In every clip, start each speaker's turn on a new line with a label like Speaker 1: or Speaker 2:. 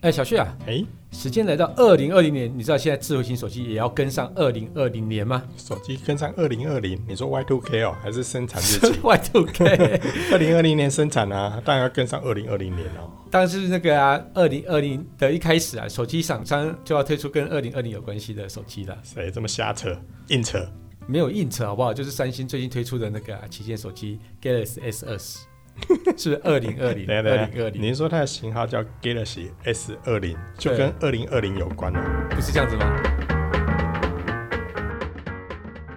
Speaker 1: 哎，小旭啊，
Speaker 2: 哎，
Speaker 1: 时间来到二零二零年，你知道现在智慧型手机也要跟上二零二零年吗
Speaker 2: 手机跟上二零二零，你说 Y two K 哦，还是生
Speaker 1: 啊
Speaker 2: 产日 期？
Speaker 1: ？Y two K，
Speaker 2: 二零二零年生产啊，当然要跟上二零二零年哦。
Speaker 1: 当时那个啊，二零二零的一开始啊，手机厂商就要推出跟二零二零有关系的手机了，
Speaker 2: 谁这么瞎扯硬扯？
Speaker 1: 没有硬扯好不好？就是三星最近推出的那个、啊、旗舰手机 Galaxy S 二十，是不是二零二零？
Speaker 2: 等一下
Speaker 1: 二
Speaker 2: 等一
Speaker 1: 零
Speaker 2: 下
Speaker 1: 二，零
Speaker 2: 您说它的型号叫 Galaxy S 二零，就
Speaker 1: 对
Speaker 2: 跟二零二零有关哦。
Speaker 1: 不是这样子吗？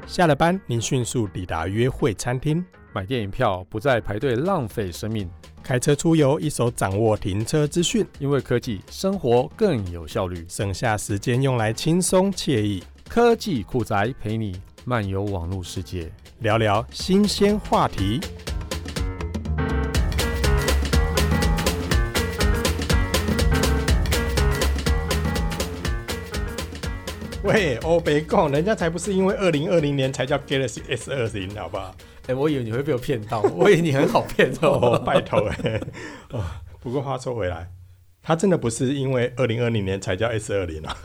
Speaker 2: 下了班，您迅速抵达约会餐厅，
Speaker 1: 买电影票不再排队浪费生命，
Speaker 2: 开车出游，一手掌握停车资讯，
Speaker 1: 因为科技生活更有效率。
Speaker 2: 省下时间用来轻松惬意
Speaker 1: 科技酷宅陪你漫游网络世界。
Speaker 2: 聊聊新鲜话题。喂，欧北共，人家才不是因为二零二零年才叫 Galaxy S 二零，好不好？
Speaker 1: 哎、我以为你会被我骗到，我以为你很好骗
Speaker 2: 哦，
Speaker 1: 哦。
Speaker 2: 拜托哎、哦，不过话说回来，它真的不是因为二零二零年才叫 S 二零啊，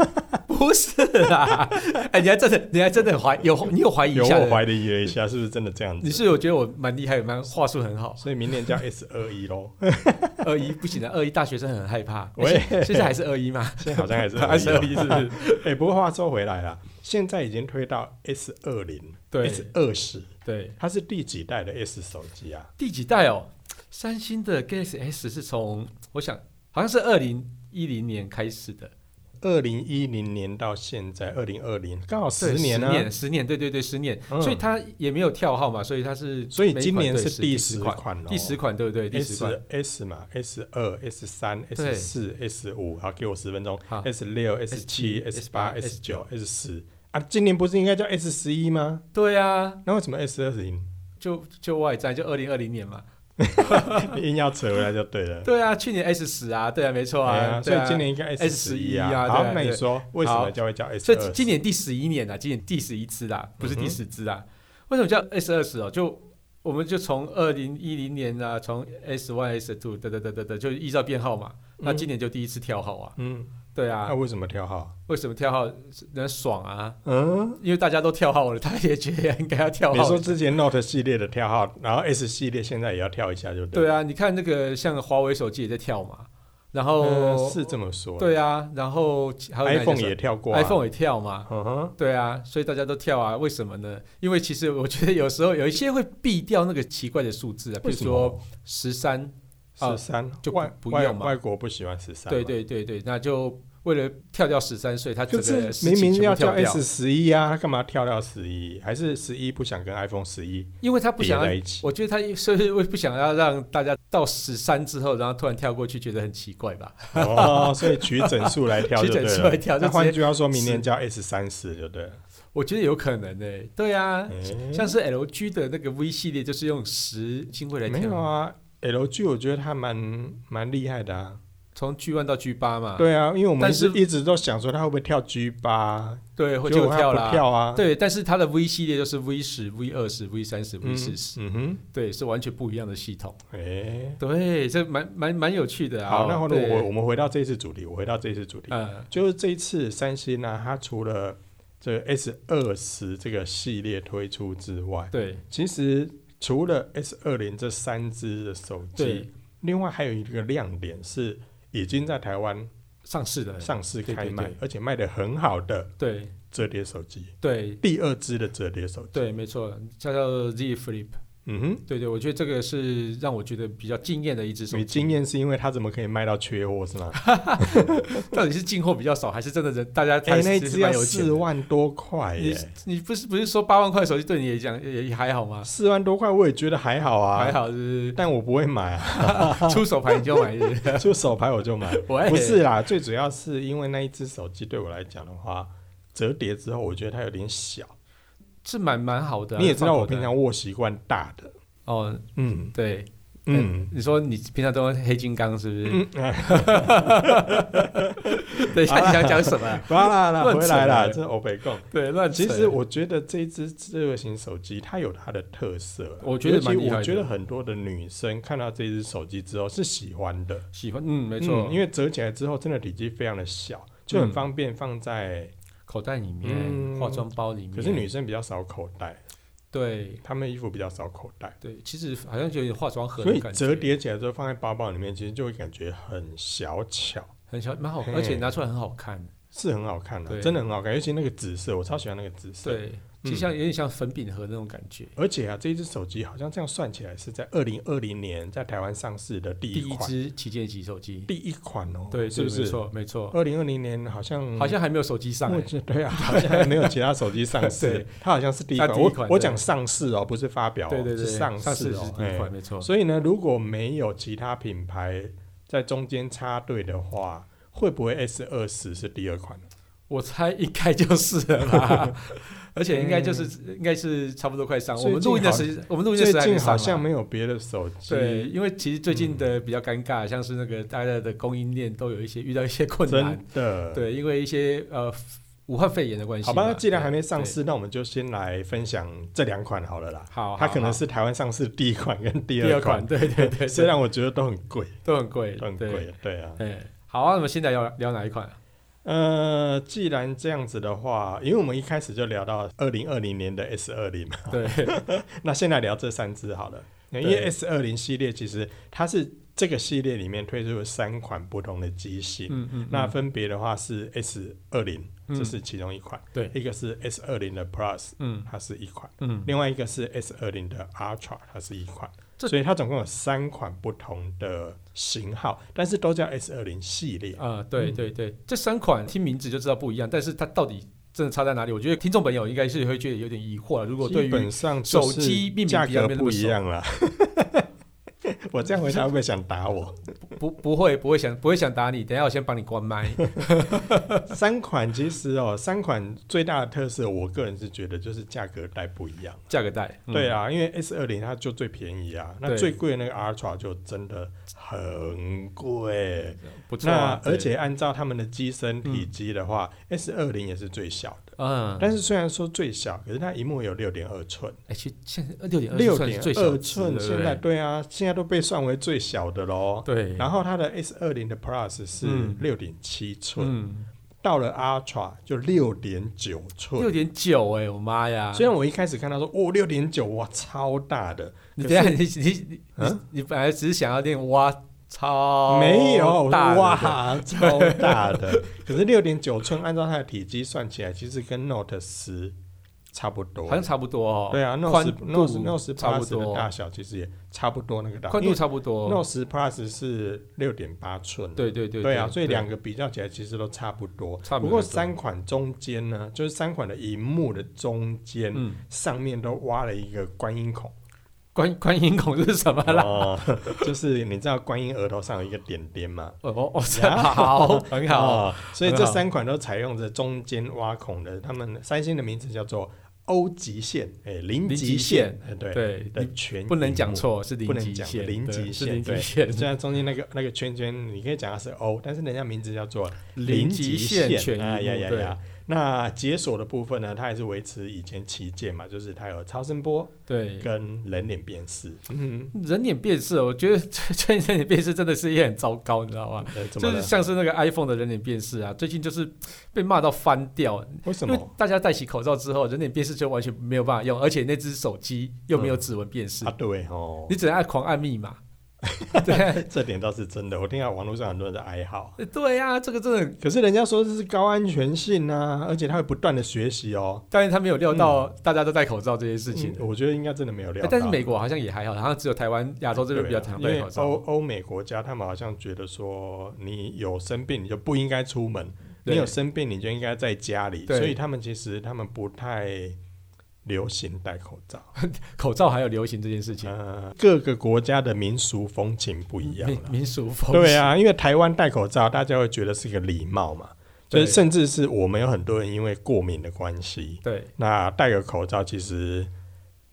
Speaker 1: 不是啦，哎、你还真的，你还真的很怀有，你有怀疑一
Speaker 2: 有
Speaker 1: 下的
Speaker 2: 我怀疑了一下，是不是真的这样
Speaker 1: 你
Speaker 2: 子？
Speaker 1: 是有觉得我蛮厉害，蛮话术很好。
Speaker 2: 所以明年叫 S 二一喽，
Speaker 1: 二一不行的，二一大学生很害怕。
Speaker 2: 喂
Speaker 1: 哎现现在还是二一吗？
Speaker 2: 现在好像 还是
Speaker 1: 还是二一，是
Speaker 2: 21哦
Speaker 1: 不是？
Speaker 2: 哎、不过话说回来啦，现在已经推到 S 二零、
Speaker 1: 对
Speaker 2: S 二十，
Speaker 1: 对，
Speaker 2: 它是第几代的 S 手机啊？
Speaker 1: 第几代哦？三星的 Galaxy S 是从我想好像是二零一零年开始的，
Speaker 2: 二零一零年到现在二零二零，刚好
Speaker 1: 对
Speaker 2: 十年啊
Speaker 1: 十。年，十年，对对对，十年，
Speaker 2: 嗯
Speaker 1: 所以它也没有跳号嘛，所以它是，
Speaker 2: 所以今年是
Speaker 1: 每一款
Speaker 2: 第
Speaker 1: 对
Speaker 2: 十
Speaker 1: 款，
Speaker 2: 款哦，
Speaker 1: 第十款对不对？第十
Speaker 2: S
Speaker 1: 款，
Speaker 2: S 嘛，S 二、S 三、
Speaker 1: 对
Speaker 2: S 四、S 五，好，给我十分钟
Speaker 1: 好。
Speaker 2: S 六、S 七、
Speaker 1: S7
Speaker 2: S 八、
Speaker 1: S8
Speaker 2: S 九、S 十啊，今年不是应该叫 S 十一吗？
Speaker 1: 对啊，
Speaker 2: 那为什么 S 二零？
Speaker 1: 就就外在就二零二零年嘛，
Speaker 2: 你硬要扯回来就对了。
Speaker 1: 对啊，去年 S 十啊，对啊，没错
Speaker 2: 哎呀
Speaker 1: 啊，
Speaker 2: 所
Speaker 1: 对
Speaker 2: 以
Speaker 1: 啊
Speaker 2: 今。年应该 S 十一
Speaker 1: S11 啊
Speaker 2: 好
Speaker 1: 对啊，
Speaker 2: 那你
Speaker 1: 对
Speaker 2: 说为什
Speaker 1: 好
Speaker 2: 么就会叫 S
Speaker 1: 所以
Speaker 2: 二？
Speaker 1: 今年第十一年啊，今年第十一次啦，不是
Speaker 2: 嗯
Speaker 1: 第
Speaker 2: 哼
Speaker 1: 十支啦。为什么叫 S 二十哦？就我们就从二零一零年啊，从 S one S two 得得得得得，就依照编号嘛。那今年就第一次跳号啊，
Speaker 2: 嗯，
Speaker 1: 对
Speaker 2: 那、
Speaker 1: 啊，
Speaker 2: 为什么跳号？
Speaker 1: 为什么跳号人爽啊？
Speaker 2: 嗯，
Speaker 1: 因为大家都跳号了，他也觉得应该要跳
Speaker 2: 你
Speaker 1: 号
Speaker 2: 说。之前 Note 系列的跳号，然后 S 系列现在也要跳一下，就对
Speaker 1: 对
Speaker 2: 了。
Speaker 1: 啊，你看那个像华为手机也在跳嘛，然后、
Speaker 2: 嗯是这么说。
Speaker 1: 哦对啊，然后还有哪一个
Speaker 2: iPhone 也跳过、啊、
Speaker 1: iPhone 也跳嘛，
Speaker 2: 嗯哼，
Speaker 1: 对啊，所以大家都跳啊，为什么呢？因为其实我觉得有时候有一些会避掉那个奇怪的数字啊，比
Speaker 2: 为
Speaker 1: 如
Speaker 2: 什
Speaker 1: 说
Speaker 2: 么
Speaker 1: 十三，啊
Speaker 2: 十三
Speaker 1: 就不
Speaker 2: 外
Speaker 1: 不
Speaker 2: 外
Speaker 1: 用嘛
Speaker 2: 外国不喜欢十三，
Speaker 1: 对。对对对，那就为了跳掉十三岁，他整
Speaker 2: 就
Speaker 1: 个
Speaker 2: 是
Speaker 1: 事
Speaker 2: 明
Speaker 1: 情
Speaker 2: 明
Speaker 1: 全
Speaker 2: 要
Speaker 1: 部
Speaker 2: 叫
Speaker 1: 跳掉，
Speaker 2: S 十一啊，干嘛跳到十一？还是十一不想跟 iPhone 十一
Speaker 1: 因为他不
Speaker 2: 叠
Speaker 1: 想啊
Speaker 2: 在
Speaker 1: 要，
Speaker 2: 一 起？
Speaker 1: 我觉得他所以我不想要让大家到十三之后，然后突然跳过去，觉得很奇怪吧？
Speaker 2: 哦，所以取整数来 跳
Speaker 1: 取
Speaker 2: 就对
Speaker 1: 整数来
Speaker 2: 了。
Speaker 1: 跳就
Speaker 2: 那
Speaker 1: 直
Speaker 2: 换
Speaker 1: 接
Speaker 2: 句话说，明
Speaker 1: 是
Speaker 2: 年叫 S 三十就对了。
Speaker 1: 我觉得有可能呢、对啊，
Speaker 2: 诶
Speaker 1: 像是 LG 的那个 V 系列就是用十进位来
Speaker 2: 没有
Speaker 1: 跳，
Speaker 2: 啊，LG 我觉得它蛮蛮厉害的啊。
Speaker 1: 从 G one 到 G 八嘛，
Speaker 2: 对啊，因为我
Speaker 1: 但
Speaker 2: 们
Speaker 1: 是
Speaker 2: 是一直都想说它会不会跳 G 八，啊
Speaker 1: 对，或
Speaker 2: 结
Speaker 1: 就
Speaker 2: 果它
Speaker 1: 跳
Speaker 2: 不
Speaker 1: 啦。
Speaker 2: 跳啊。
Speaker 1: 对，但是它的 V 系列就是 V 十、V 二十、V 三十、V
Speaker 2: 嗯，
Speaker 1: 四十，
Speaker 2: 嗯哼，
Speaker 1: 对，是完全不一样的系统。
Speaker 2: 哎，
Speaker 1: 对，这蛮蛮蛮有趣的啊。
Speaker 2: 好，那后来
Speaker 1: 对
Speaker 2: 我我们回到这一次主题，我回到这一次主题，
Speaker 1: 呃，
Speaker 2: 就是这一次三星呢，它除了这 S 二十这个系列推出之外，
Speaker 1: 对
Speaker 2: 其实除了 S 二零这三只的手
Speaker 1: 对
Speaker 2: 机，，另外还有一个亮点是已经在台湾
Speaker 1: 上市的，
Speaker 2: 上市
Speaker 1: 对对
Speaker 2: 开卖，
Speaker 1: 对
Speaker 2: 而且卖的很好的
Speaker 1: 对
Speaker 2: 折叠手机。
Speaker 1: 对
Speaker 2: 第二只的折叠手机。
Speaker 1: 对，没错，叫做 Z Flip。
Speaker 2: 嗯哼，
Speaker 1: 对对，我觉得这个是让我觉得比较惊艳的一只手
Speaker 2: 你
Speaker 1: 机。
Speaker 2: 经验是因为它怎么可以卖到缺货是 吗？
Speaker 1: 到底是进货比较少，还是真的人大家
Speaker 2: 哎、
Speaker 1: 才
Speaker 2: 那一
Speaker 1: 其实
Speaker 2: 只要
Speaker 1: 蛮有钱
Speaker 2: 四
Speaker 1: 的？
Speaker 2: 万哎多块
Speaker 1: 你
Speaker 2: 耶，
Speaker 1: 你不是不是说八万块手机对你来讲也也还好吗？
Speaker 2: 四万多块我也觉得还好啊，
Speaker 1: 还，好 是
Speaker 2: 但我不会 买啊，
Speaker 1: 不是出手牌你就买是不是，
Speaker 2: 就手牌我就买。
Speaker 1: 喂
Speaker 2: 不是啦，最主要是因为那一只手机对我来讲的话，折叠之后我觉得它有点小。
Speaker 1: 是蛮蛮好的啊。
Speaker 2: 你也知道我
Speaker 1: 蛮好的
Speaker 2: 平常握习惯大的，
Speaker 1: 哦，
Speaker 2: 嗯，
Speaker 1: 对，
Speaker 2: 嗯
Speaker 1: 你说你平常都用黑金刚是不是？
Speaker 2: 嗯，哎
Speaker 1: 等一下你想讲 什么啊？
Speaker 2: 完了啦，
Speaker 1: 乱扯
Speaker 2: 回来啦，
Speaker 1: 了
Speaker 2: 这是欧北贡。
Speaker 1: 对，乱扯
Speaker 2: 其实我觉得这一只智慧型手机它有它的特色啦，
Speaker 1: 我觉得
Speaker 2: 尤其
Speaker 1: 蛮厉害的
Speaker 2: 我觉得很多的女生看到这只手机之后是喜欢的，
Speaker 1: 喜欢，嗯，没
Speaker 2: 没
Speaker 1: 错，嗯
Speaker 2: 因为折起来之后真的体积非常的小，就很方便放在。
Speaker 1: 口袋里面、
Speaker 2: 嗯
Speaker 1: 化妆包里面，
Speaker 2: 可是女生比较少口袋，
Speaker 1: 对
Speaker 2: 她们衣服比较少口袋，
Speaker 1: 对，其实好像就有点化妆盒
Speaker 2: 所
Speaker 1: 的
Speaker 2: 以
Speaker 1: 感觉，
Speaker 2: 折叠起来之后放在包包里面，其实就会感觉很小巧，
Speaker 1: 很小，蛮好，
Speaker 2: 嘿
Speaker 1: 而且拿出来很好看。
Speaker 2: 是很好看的、
Speaker 1: 对
Speaker 2: 真的很好看，尤其那个紫色，我超喜欢那个紫色。
Speaker 1: 对，就
Speaker 2: 嗯
Speaker 1: 像有点像粉饼盒那种感觉。
Speaker 2: 而且啊，这一只手机好像这样算起来是在二零二零年在台湾上市的第
Speaker 1: 第
Speaker 2: 一
Speaker 1: 一
Speaker 2: 款。
Speaker 1: 只旗舰级手机，
Speaker 2: 第一款哦，
Speaker 1: 对，
Speaker 2: 是不
Speaker 1: 对没
Speaker 2: 是？
Speaker 1: 错，没错，
Speaker 2: 二零二零年好像
Speaker 1: 好像还没有手机上
Speaker 2: 目
Speaker 1: 欸。
Speaker 2: 前 对啊，好像还没有其他手机上市
Speaker 1: 对，
Speaker 2: 它好像是第一款。
Speaker 1: 它第一款
Speaker 2: 我我
Speaker 1: 对
Speaker 2: 讲上市哦，不是发表哦，
Speaker 1: 对对对，
Speaker 2: 是上
Speaker 1: 上
Speaker 2: 市
Speaker 1: 市
Speaker 2: 哦
Speaker 1: 是。第一
Speaker 2: 哎
Speaker 1: 款，没错。
Speaker 2: 所以呢，如果没有其他品牌在中间插队的话，会不会 S 二十是第二款？
Speaker 1: 我猜应该就是了 吧，而且应该就是应该是差不多快上。我们
Speaker 2: 嗯最近
Speaker 1: 录音的
Speaker 2: 好
Speaker 1: 时，我们录音的时
Speaker 2: 最
Speaker 1: 候还没
Speaker 2: 近
Speaker 1: 上
Speaker 2: 好
Speaker 1: 啊
Speaker 2: 像没有嗯别的手机，
Speaker 1: 对，因为其实最近的比较尴尬，像是那个大家的供应链都有一些遇到一些困难
Speaker 2: 真，的。
Speaker 1: 对，因为一些呃武汉肺炎的关系嘛。
Speaker 2: 好吧，那既然还没上
Speaker 1: 对，
Speaker 2: 市，那我们就先来分享这两款好了啦。
Speaker 1: 对好，
Speaker 2: 它
Speaker 1: 好
Speaker 2: 可能
Speaker 1: 好
Speaker 2: 是台湾上市第一款跟第
Speaker 1: 第
Speaker 2: 二
Speaker 1: 二款，，
Speaker 2: 款
Speaker 1: 对对对，
Speaker 2: 虽
Speaker 1: 对
Speaker 2: 然我觉得都很贵，
Speaker 1: 都很贵，
Speaker 2: 都很
Speaker 1: 对。
Speaker 2: 贵，对啊。
Speaker 1: 哎，好啊，那么现在要聊哪一款？
Speaker 2: 呃，既然这样子的话，因为我们一开始就聊到二零二零年的 S 二零嘛，
Speaker 1: 对，
Speaker 2: 那先来聊这三支好了。因为 S 二零系列其实它是这个系列里面推出了三款不同的机型，
Speaker 1: 嗯嗯，
Speaker 2: 那分别的话是 S 二零，
Speaker 1: 嗯
Speaker 2: 这是其中一款，
Speaker 1: 对
Speaker 2: 一个是 S 二零的 Plus，
Speaker 1: 嗯
Speaker 2: 它是一款，
Speaker 1: 嗯，
Speaker 2: 另外一个是 S 二零的 Ultra，它是一款，
Speaker 1: 这
Speaker 2: 所以它总共有三款不同的型号，但是都叫 S 二零系列。
Speaker 1: 啊，对对对，这三款听名字就知道不一样，但是它到底真的差在哪里？我觉得听众朋友应该是会觉得有点疑惑啊。如果对
Speaker 2: 基本
Speaker 1: 于
Speaker 2: 上就是
Speaker 1: 手机命名比
Speaker 2: 价
Speaker 1: 较
Speaker 2: 格
Speaker 1: 没那
Speaker 2: 不
Speaker 1: 么
Speaker 2: 一
Speaker 1: 熟
Speaker 2: 样啦。 我这样回答会不会想打我？
Speaker 1: 不不会不会想不会想打你，等一下我先帮你关麦。
Speaker 2: 三款其实哦，三款最大的特色，我个人是觉得就是价格带不一样。
Speaker 1: 价格带，嗯
Speaker 2: 对，啊，因为 S 二零它就最便宜啊，那
Speaker 1: 对
Speaker 2: 最贵的那个 Ultra 就真的很贵。
Speaker 1: 不错
Speaker 2: 那
Speaker 1: 啊。
Speaker 2: 而
Speaker 1: 对
Speaker 2: 且按照他们的机身体积的话，S 二零也是最小的。
Speaker 1: 嗯，
Speaker 2: 但是虽然说最小，可是它荧幕有六点二寸，
Speaker 1: 哎，其实现在六点
Speaker 2: 六
Speaker 1: 算
Speaker 2: 点
Speaker 1: 是最小
Speaker 2: 二
Speaker 1: 值
Speaker 2: 寸
Speaker 1: 了
Speaker 2: 现在对啊，现在都被算为最小的喽。
Speaker 1: 对不对，
Speaker 2: 然后它的 S 二零的 Plus 是
Speaker 1: 嗯
Speaker 2: 六点七寸，
Speaker 1: 嗯，
Speaker 2: 到了 Ultra 就六点九寸
Speaker 1: 六。点九，哎，我妈呀！
Speaker 2: 虽然我一开始看到说，哦，六点九哇，超 大的，
Speaker 1: 你
Speaker 2: 可
Speaker 1: 等一下
Speaker 2: 是
Speaker 1: 你你你你
Speaker 2: 啊
Speaker 1: 你本来只是想要练哇超
Speaker 2: 没有，我说
Speaker 1: 大的
Speaker 2: 哇，超大的。可是六点九寸，按照它的体积算起来，其实跟 Note 十差不多
Speaker 1: 好。像差不多哦。
Speaker 2: 对啊，Note
Speaker 1: 宽
Speaker 2: 十
Speaker 1: 度
Speaker 2: Note 十 Note 十
Speaker 1: 差
Speaker 2: Plus
Speaker 1: 不
Speaker 2: 的
Speaker 1: 多哦
Speaker 2: 大小其实也差不多那个大，
Speaker 1: 宽
Speaker 2: 啊因
Speaker 1: 度
Speaker 2: 为
Speaker 1: 差不多。
Speaker 2: Note 十 Plus 是六点八寸。
Speaker 1: 对对对
Speaker 2: 对啊，所以两个比较起来其实都差不多。
Speaker 1: 差不多
Speaker 2: 不过三款中间呢，就是三款的荧幕的中间、
Speaker 1: 嗯，
Speaker 2: 上面都挖了一个观 音孔。
Speaker 1: 观观音孔是什么 啦？
Speaker 2: 哦，就是你知道观音额头上有一个点点嘛？
Speaker 1: 哦哦，哦是
Speaker 2: 然后
Speaker 1: 好， 很好。
Speaker 2: 哦，所以
Speaker 1: 很
Speaker 2: 这
Speaker 1: 好
Speaker 2: 三款都采用着中间挖孔的，他们三星的名字叫做欧极限，哎，
Speaker 1: 零
Speaker 2: 零极
Speaker 1: 极
Speaker 2: 限
Speaker 1: 限，
Speaker 2: 哎，对
Speaker 1: 对，
Speaker 2: 的
Speaker 1: 你
Speaker 2: 全
Speaker 1: 不能讲
Speaker 2: 荧幕。
Speaker 1: 错，是
Speaker 2: 不
Speaker 1: 零
Speaker 2: 能
Speaker 1: 极
Speaker 2: 讲
Speaker 1: 限，
Speaker 2: 零
Speaker 1: 对
Speaker 2: 极
Speaker 1: 是
Speaker 2: 限
Speaker 1: 零
Speaker 2: 对
Speaker 1: 极限，
Speaker 2: 虽然中间那个那个圈圈，你可以讲它是 O，但是人家名字叫做
Speaker 1: 零极
Speaker 2: 极
Speaker 1: 限 全
Speaker 2: 啊呀
Speaker 1: 荧
Speaker 2: 呀
Speaker 1: 幕
Speaker 2: 呀！那解锁的部分呢，它还是维持以前旗舰嘛，就是它有超声波
Speaker 1: 对。
Speaker 2: 跟人脸辨识。嗯，
Speaker 1: 人脸辨识，我觉得 最近人脸辨识真的是也很糟糕，你知道吗？
Speaker 2: 呃怎么
Speaker 1: 就
Speaker 2: 了
Speaker 1: 是？像是那个 iPhone 的人脸辨识啊，最近就是被骂到翻掉，
Speaker 2: 为什
Speaker 1: 因为
Speaker 2: 么？
Speaker 1: 大家戴起口罩之后，人脸辨识就完全没有办法用，而且那只手机又没有指纹辨识
Speaker 2: 啊，，对哦
Speaker 1: 你，只能按狂按密码。 对
Speaker 2: 这点倒是真的，我听到网络上很多人的哀嚎。
Speaker 1: 对呀、这个真的，
Speaker 2: 可是人家说这是高安全性啊，而且它会不断的学习哦。
Speaker 1: 当然他没有料到大家都戴口罩这件事情。
Speaker 2: 嗯嗯我觉得应该真的没有料
Speaker 1: 哎
Speaker 2: 到。
Speaker 1: 但是美国好像也还好，好像只有台湾、亚洲这边比较
Speaker 2: 对啊
Speaker 1: 常
Speaker 2: 因
Speaker 1: 戴
Speaker 2: 为
Speaker 1: 口
Speaker 2: 欧
Speaker 1: 罩。
Speaker 2: 欧美国家他们好像觉得说，你有生病你就不应该出门，
Speaker 1: 对
Speaker 2: 你有生病你就应该在家里，
Speaker 1: 对
Speaker 2: 所以他们其实他们不太流行戴口罩。
Speaker 1: 口罩还有流行这件事情，
Speaker 2: 呃，各个国家的民俗风情不一样
Speaker 1: 民
Speaker 2: 了。
Speaker 1: 民俗风
Speaker 2: 对啊，因为台湾戴口罩，大家会觉得是个礼貌嘛，就是
Speaker 1: 对
Speaker 2: 甚至是我们有很多人因为过敏的关系，
Speaker 1: 对
Speaker 2: 那戴个口罩其实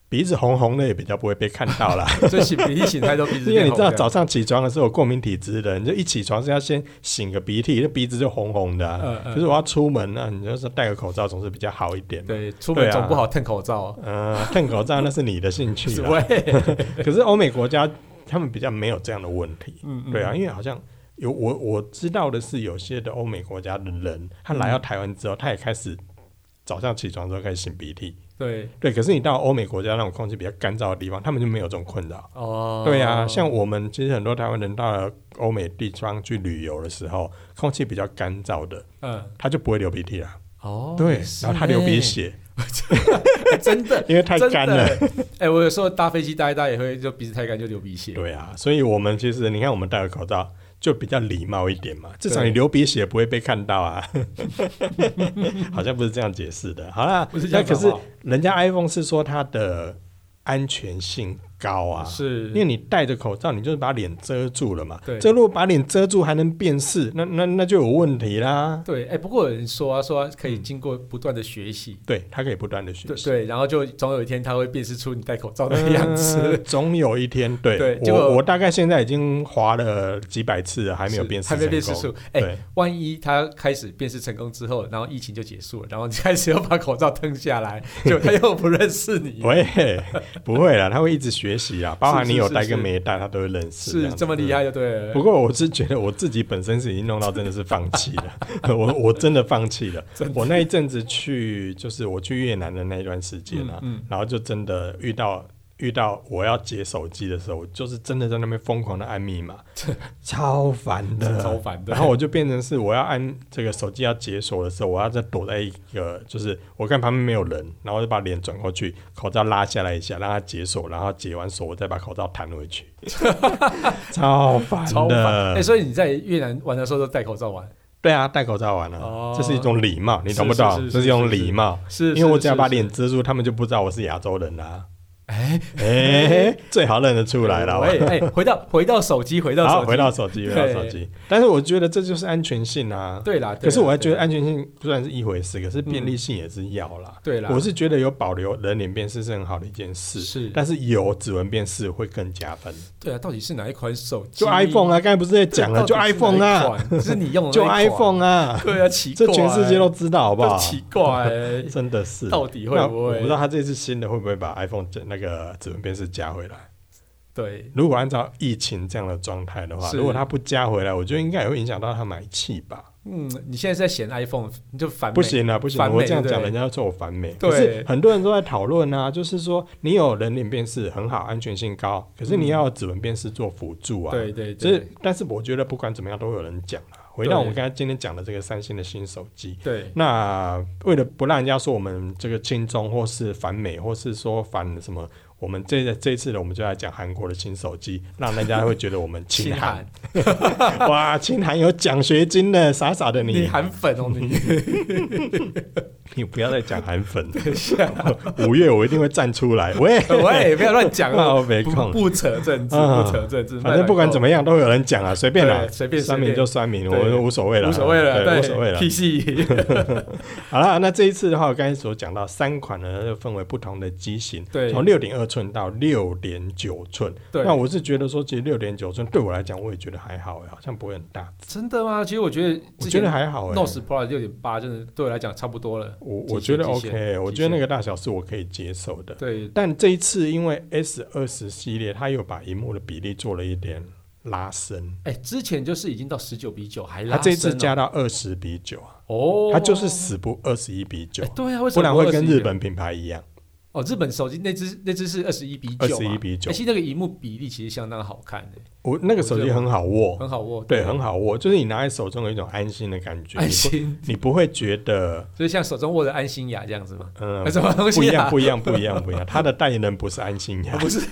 Speaker 2: 鼻子红红的也比较不会被看到啦。
Speaker 1: 所以醒鼻一醒来都鼻子
Speaker 2: 因为
Speaker 1: 变
Speaker 2: 你
Speaker 1: 红
Speaker 2: 知
Speaker 1: 这
Speaker 2: 道
Speaker 1: 样。
Speaker 2: 早上起床的时候，有过敏体质的人就一起床是要先擤个鼻涕，那鼻子就红红的啊、
Speaker 1: 嗯嗯
Speaker 2: 可是我要出门那、你就是戴个口罩总是比较好一点嘛。
Speaker 1: 对，出
Speaker 2: 对
Speaker 1: 门
Speaker 2: 啊
Speaker 1: 总不好蹭口罩啊。
Speaker 2: 呃，戴口罩那是你的 兴趣啦。
Speaker 1: 喂，
Speaker 2: 可是欧美国家他们比较没有这样的问题，
Speaker 1: 嗯嗯
Speaker 2: 对啊，因为好像有我我知道的是，有些的欧美国家的人，他来到台湾之后，他也开始早上起床之后开始擤鼻涕，
Speaker 1: 对
Speaker 2: 对。可是你到欧美国家那种空气比较干燥的地方，他们就没有这种困扰。
Speaker 1: 哦，
Speaker 2: 对啊，像我们其实很多台湾人到了欧美地方去旅游的时候，空气比较干燥的，
Speaker 1: 嗯
Speaker 2: 他就不会流鼻涕啦。
Speaker 1: 哦，
Speaker 2: 对
Speaker 1: 也，是
Speaker 2: 然后他流
Speaker 1: 欸，
Speaker 2: 鼻血，
Speaker 1: 真的
Speaker 2: 因为 太
Speaker 1: 真的
Speaker 2: 干了。
Speaker 1: 哎，我有时候搭飞机搭一搭也会就鼻子太干就流鼻血。
Speaker 2: 对啊，所以我们其实你看，我们戴个口罩就比较礼貌一点嘛，至少
Speaker 1: 对
Speaker 2: 你流鼻血不会被看 到啊。好像不是这样解释的。好啦
Speaker 1: 不是，这
Speaker 2: 那
Speaker 1: 样
Speaker 2: 可
Speaker 1: 讲
Speaker 2: 是
Speaker 1: 话哦
Speaker 2: 人家 iPhone 是说它的安全性高啊，
Speaker 1: 是
Speaker 2: 因为你戴着口罩，你就是把脸遮住了嘛。
Speaker 1: 对
Speaker 2: 这如果把脸遮住还能辨识，那那那就有问题啦。
Speaker 1: 对，哎、不过有人说啊，说啊
Speaker 2: 嗯
Speaker 1: 可以经过不断的学习，
Speaker 2: 对，它可以不断的学
Speaker 1: 对
Speaker 2: 习。
Speaker 1: 对，然后就总有一天他会辨识出你戴口罩的样子。
Speaker 2: 嗯总有一天，对
Speaker 1: 对结果
Speaker 2: 我我大概现在已经划了几百次了，还没有
Speaker 1: 是
Speaker 2: 辨识
Speaker 1: 还
Speaker 2: 成功，
Speaker 1: 没辨识出。哎、
Speaker 2: 对
Speaker 1: 万一他开始辨识成功之后，然后疫情就结束了，然后你开始又把口罩吞下来，就他又不认识 你，
Speaker 2: 喂，不会啦，他会一直学习啦，包含
Speaker 1: 是
Speaker 2: 你有
Speaker 1: 是
Speaker 2: 戴
Speaker 1: 是
Speaker 2: 跟没戴，他都会认识。
Speaker 1: 是
Speaker 2: 样子
Speaker 1: 这么厉。害就对了。
Speaker 2: 不过我是觉得我自己本身是已经弄到真的是放弃了，我我真的放弃了。我那一阵子去，就是我去越南的那一段时间啊，
Speaker 1: 嗯嗯
Speaker 2: 然后就真的遇到遇到我要解手机的时候，我就是真的在那边疯狂的按密码，超烦的，
Speaker 1: 超烦的
Speaker 2: 然后我就变成是我要按这个手机要解锁的时候，我要再躲在一个，就是我看旁边没有人，然后就把脸转过去，口罩拉下来一下，让它解锁，然后解完锁，我再把口罩弹 回去，超烦
Speaker 1: 超烦！
Speaker 2: 的。
Speaker 1: 哎、所以你在越南玩的时候都戴口罩玩，
Speaker 2: 对啊，戴口罩完了、
Speaker 1: 哦
Speaker 2: 这是一种礼貌，你懂不
Speaker 1: 是是
Speaker 2: 懂
Speaker 1: 是？是
Speaker 2: 这是一种
Speaker 1: 是是
Speaker 2: 礼貌。
Speaker 1: 是
Speaker 2: 因为我只要把，
Speaker 1: 是
Speaker 2: 脸遮住，他们就不知道我是亚洲人啦、
Speaker 1: 哎
Speaker 2: 哎、最好认得出来了。
Speaker 1: 喂哎、回到回到手机，回到手
Speaker 2: 好，
Speaker 1: 机，
Speaker 2: 回到手机，回到手机。但是我觉得这就是安全性啊。
Speaker 1: 对啦。对啦
Speaker 2: 可是我还觉
Speaker 1: 对
Speaker 2: 得
Speaker 1: 啦
Speaker 2: 安全性虽然是一回事，可是便利性也是要啦。
Speaker 1: 对啦，
Speaker 2: 我是觉得有保留人脸辨识是很好的一件事，
Speaker 1: 是
Speaker 2: 但是有指纹辨识会更加分。
Speaker 1: 对啊，到底是哪一款手机？
Speaker 2: 就 iPhone 啊，刚才不是在讲了，就 iPhone 啊，
Speaker 1: 啊，是你用的
Speaker 2: 就
Speaker 1: 那一款
Speaker 2: iPhone 啊，
Speaker 1: 对啊，奇怪、
Speaker 2: 这全世界都知道，好
Speaker 1: 好
Speaker 2: 不好？
Speaker 1: 奇怪、 欸，
Speaker 2: 真的是。
Speaker 1: 到底会
Speaker 2: 那
Speaker 1: 不
Speaker 2: 我
Speaker 1: 会？
Speaker 2: 不知道他这次新的会不会把 iPhone 这那个指纹辨识加回来。
Speaker 1: 对，
Speaker 2: 如果按照疫情这样的状态的话，
Speaker 1: 是
Speaker 2: 如果他不加回来，我觉得应该也会影响到他买气吧。
Speaker 1: 嗯，你现在是在嫌 iPhone，你就反美
Speaker 2: 不，行啊，不行！
Speaker 1: 反美
Speaker 2: 我这样
Speaker 1: 对
Speaker 2: 讲，
Speaker 1: 不对
Speaker 2: 人家就说我反美。
Speaker 1: 对
Speaker 2: 可是很多人都在讨论啊，就是说你有人脸辨识很好，安全性高，可是你要有指纹辨识做辅助啊。
Speaker 1: 对对
Speaker 2: 就是
Speaker 1: 对，
Speaker 2: 但是我觉得不管怎么样都有人讲啊。回到我们刚才今天讲的这个三星的新手机，
Speaker 1: 对
Speaker 2: 那为了不让人家说我们这个亲中或是反美，或是说反什么，我们这这一次的我们就来讲韩国的新手机，让人家会觉得我们亲 韩。
Speaker 1: 韩，
Speaker 2: 哇，亲韩有奖学金的，傻傻的
Speaker 1: 你韩粉哦 你，
Speaker 2: 你不要再讲韩粉， 五月我一定会站出来。喂，
Speaker 1: 喂，不要乱讲
Speaker 2: 靠
Speaker 1: 啊，
Speaker 2: 北
Speaker 1: 不
Speaker 2: 控
Speaker 1: 不扯政治，
Speaker 2: 啊
Speaker 1: 不扯政治，
Speaker 2: 反正不管怎么样都会有人讲啊，随便啦，
Speaker 1: 对随便
Speaker 2: 酸
Speaker 1: 随
Speaker 2: 民
Speaker 1: 便
Speaker 2: 就酸民，
Speaker 1: 对
Speaker 2: 我无所谓了，
Speaker 1: 无所谓了，
Speaker 2: 对，
Speaker 1: 对，
Speaker 2: 无所谓了。
Speaker 1: P C，
Speaker 2: 好了，那这一次的话，我刚才所讲到三款呢，就分为不同的机型，
Speaker 1: 对
Speaker 2: 从六点二寸到六点九寸。
Speaker 1: 对
Speaker 2: 那我是觉得说，其实六点九寸对我来讲，我也觉得还好欸，好像不会很大，
Speaker 1: 真的吗？其实我觉得，
Speaker 2: 我觉得。还好哎、
Speaker 1: Note Pro 六点八真的对我来讲差不多了，
Speaker 2: 我
Speaker 1: 极限
Speaker 2: 我觉得
Speaker 1: 极限
Speaker 2: OK，欸我
Speaker 1: 极
Speaker 2: 觉得那
Speaker 1: 限
Speaker 2: 个大小是我可以接受的。
Speaker 1: 对，
Speaker 2: 但这一次因为 S 二十系列，它又把荧幕的比例做了一点拉伸，
Speaker 1: 哎，之前就是已经到十九比九，还拉
Speaker 2: 它这一次
Speaker 1: 伸哦
Speaker 2: 加到二十比九啊，
Speaker 1: 哦，
Speaker 2: 它就是死不二十一比九
Speaker 1: 哎，对啊，为什
Speaker 2: 不
Speaker 1: 么
Speaker 2: 然会跟
Speaker 1: 21
Speaker 2: 日本品牌一样，
Speaker 1: 哦，日本手机那只那只是二十一比九，
Speaker 2: 21比9
Speaker 1: 哎其实那个荧幕比例其实相当好看的，
Speaker 2: 我那个手机很好握，
Speaker 1: 很好握，
Speaker 2: 哦对，很好握，就是你拿在手中有一种安心的感觉，
Speaker 1: 安心，
Speaker 2: 你不，你不会觉得，
Speaker 1: 就是像手中握着安心雅这样子嘛，
Speaker 2: 嗯、
Speaker 1: 什么东
Speaker 2: 不一
Speaker 1: 西
Speaker 2: 样，
Speaker 1: 啊？
Speaker 2: 不一样，不一样，不一样。它的代言人不是安心呀，
Speaker 1: 不是，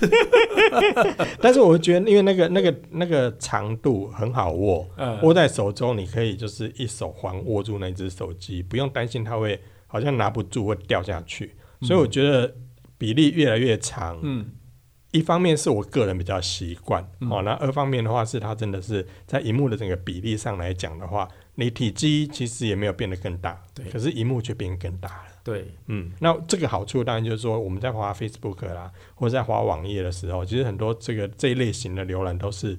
Speaker 2: 但是我觉得，因为那个、那个、那个长度很好握，
Speaker 1: 嗯
Speaker 2: 握在手中，你可以就是一手环握住那只手机，不用担心它会好像拿不住会掉下去。所以我觉得比例越来越长，
Speaker 1: 嗯，
Speaker 2: 一方面是我个人比较习惯、
Speaker 1: 嗯
Speaker 2: 哦，那二方面的话是它真的是在荧幕的整个比例上来讲的话，你体积其实也没有变得更大，
Speaker 1: 对
Speaker 2: 可是荧幕却变更大了。
Speaker 1: 对，
Speaker 2: 嗯，那这个好处当然就是说，我们在滑 Facebook 啦，或者在滑网页的时候，其实很多这个这一类型的浏览都是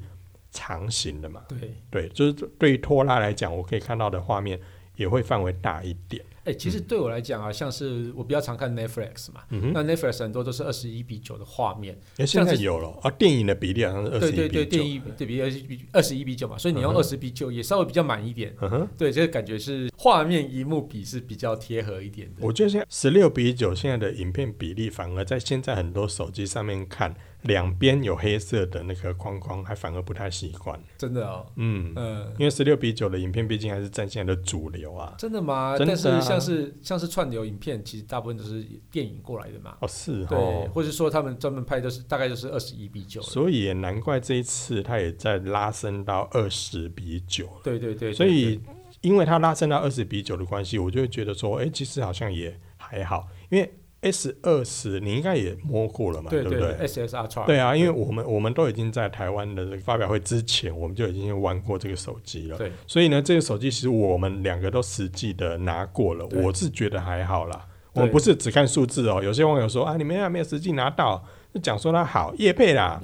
Speaker 2: 长形的嘛。
Speaker 1: 对，
Speaker 2: 对，就是对于拖拉来讲，我可以看到的画面也会范围大一点。
Speaker 1: 哎，其实对我来讲啊，像是我比较常看 Netflix 嘛，
Speaker 2: 嗯哼，
Speaker 1: 那 Netflix 很多都是二十一比九的画面，
Speaker 2: 哎，现在
Speaker 1: 像是
Speaker 2: 有了啊，电影的比例好像是二
Speaker 1: 对
Speaker 2: 十
Speaker 1: 对
Speaker 2: 一
Speaker 1: 对，
Speaker 2: 比
Speaker 1: 电
Speaker 2: 九。
Speaker 1: 影对比二十比二十一比九嘛，所以你用
Speaker 2: 嗯哼
Speaker 1: 二十比九也稍微比较满一点，
Speaker 2: 嗯哼，
Speaker 1: 对，这个感觉是画面一幕比是比较贴合一点的。
Speaker 2: 我觉得现在十六比九现在的影片比例，反而在现在很多手机上面看，两边有黑色的那个框框，还反而不太习惯。
Speaker 1: 真的哦，
Speaker 2: 嗯，
Speaker 1: 嗯，
Speaker 2: 因为十六比九的影片毕竟还是占现在的主流啊。
Speaker 1: 真的吗？
Speaker 2: 真的
Speaker 1: 但
Speaker 2: 啊
Speaker 1: 是像是像是串流影片，其实大部分都是电影过来的嘛，
Speaker 2: 哦，是
Speaker 1: 对，
Speaker 2: 哦，
Speaker 1: 或者说他们专门拍都是大概就是二十一比九了。
Speaker 2: 所以也难怪这一次他也在拉升到二十比九了。
Speaker 1: 对对对，对
Speaker 2: 所以，因为它拉升到二十比九的关系，我就会觉得说，哎、其实好像也还好，因为 S 二十你应该也摸过了嘛，
Speaker 1: 对
Speaker 2: 不
Speaker 1: 对
Speaker 2: 对？
Speaker 1: ，SSR 串，
Speaker 2: 对啊，因为我们我们都已经在台湾的这个发表会之前，我们就已经玩过这个手机了。
Speaker 1: 对，
Speaker 2: 所以呢，这个手机其实我们两个都实际的拿过了，
Speaker 1: 对
Speaker 2: 我是觉得还好啦。我
Speaker 1: 对
Speaker 2: 们不是只看数字哦，有些网友说啊，你们还没有实际拿到，就讲说它好，叶配啦，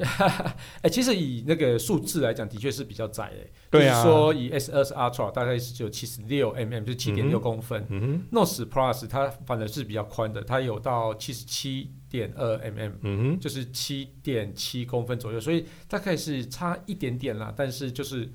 Speaker 1: 哎，其实以那个数字来讲，的确是比较窄诶。
Speaker 2: 对啊
Speaker 1: 就是说以 S 二十 Ultra 大概是只有七十六 mm，就七点
Speaker 2: 嗯
Speaker 1: 六
Speaker 2: 哼
Speaker 1: 公分。
Speaker 2: 嗯
Speaker 1: Note 10 Plus 它反而是比较宽的，它有到七十七点二 mm，
Speaker 2: 哼，嗯
Speaker 1: 就是七点七公分左右，所以大概是差一点点啦。但是就是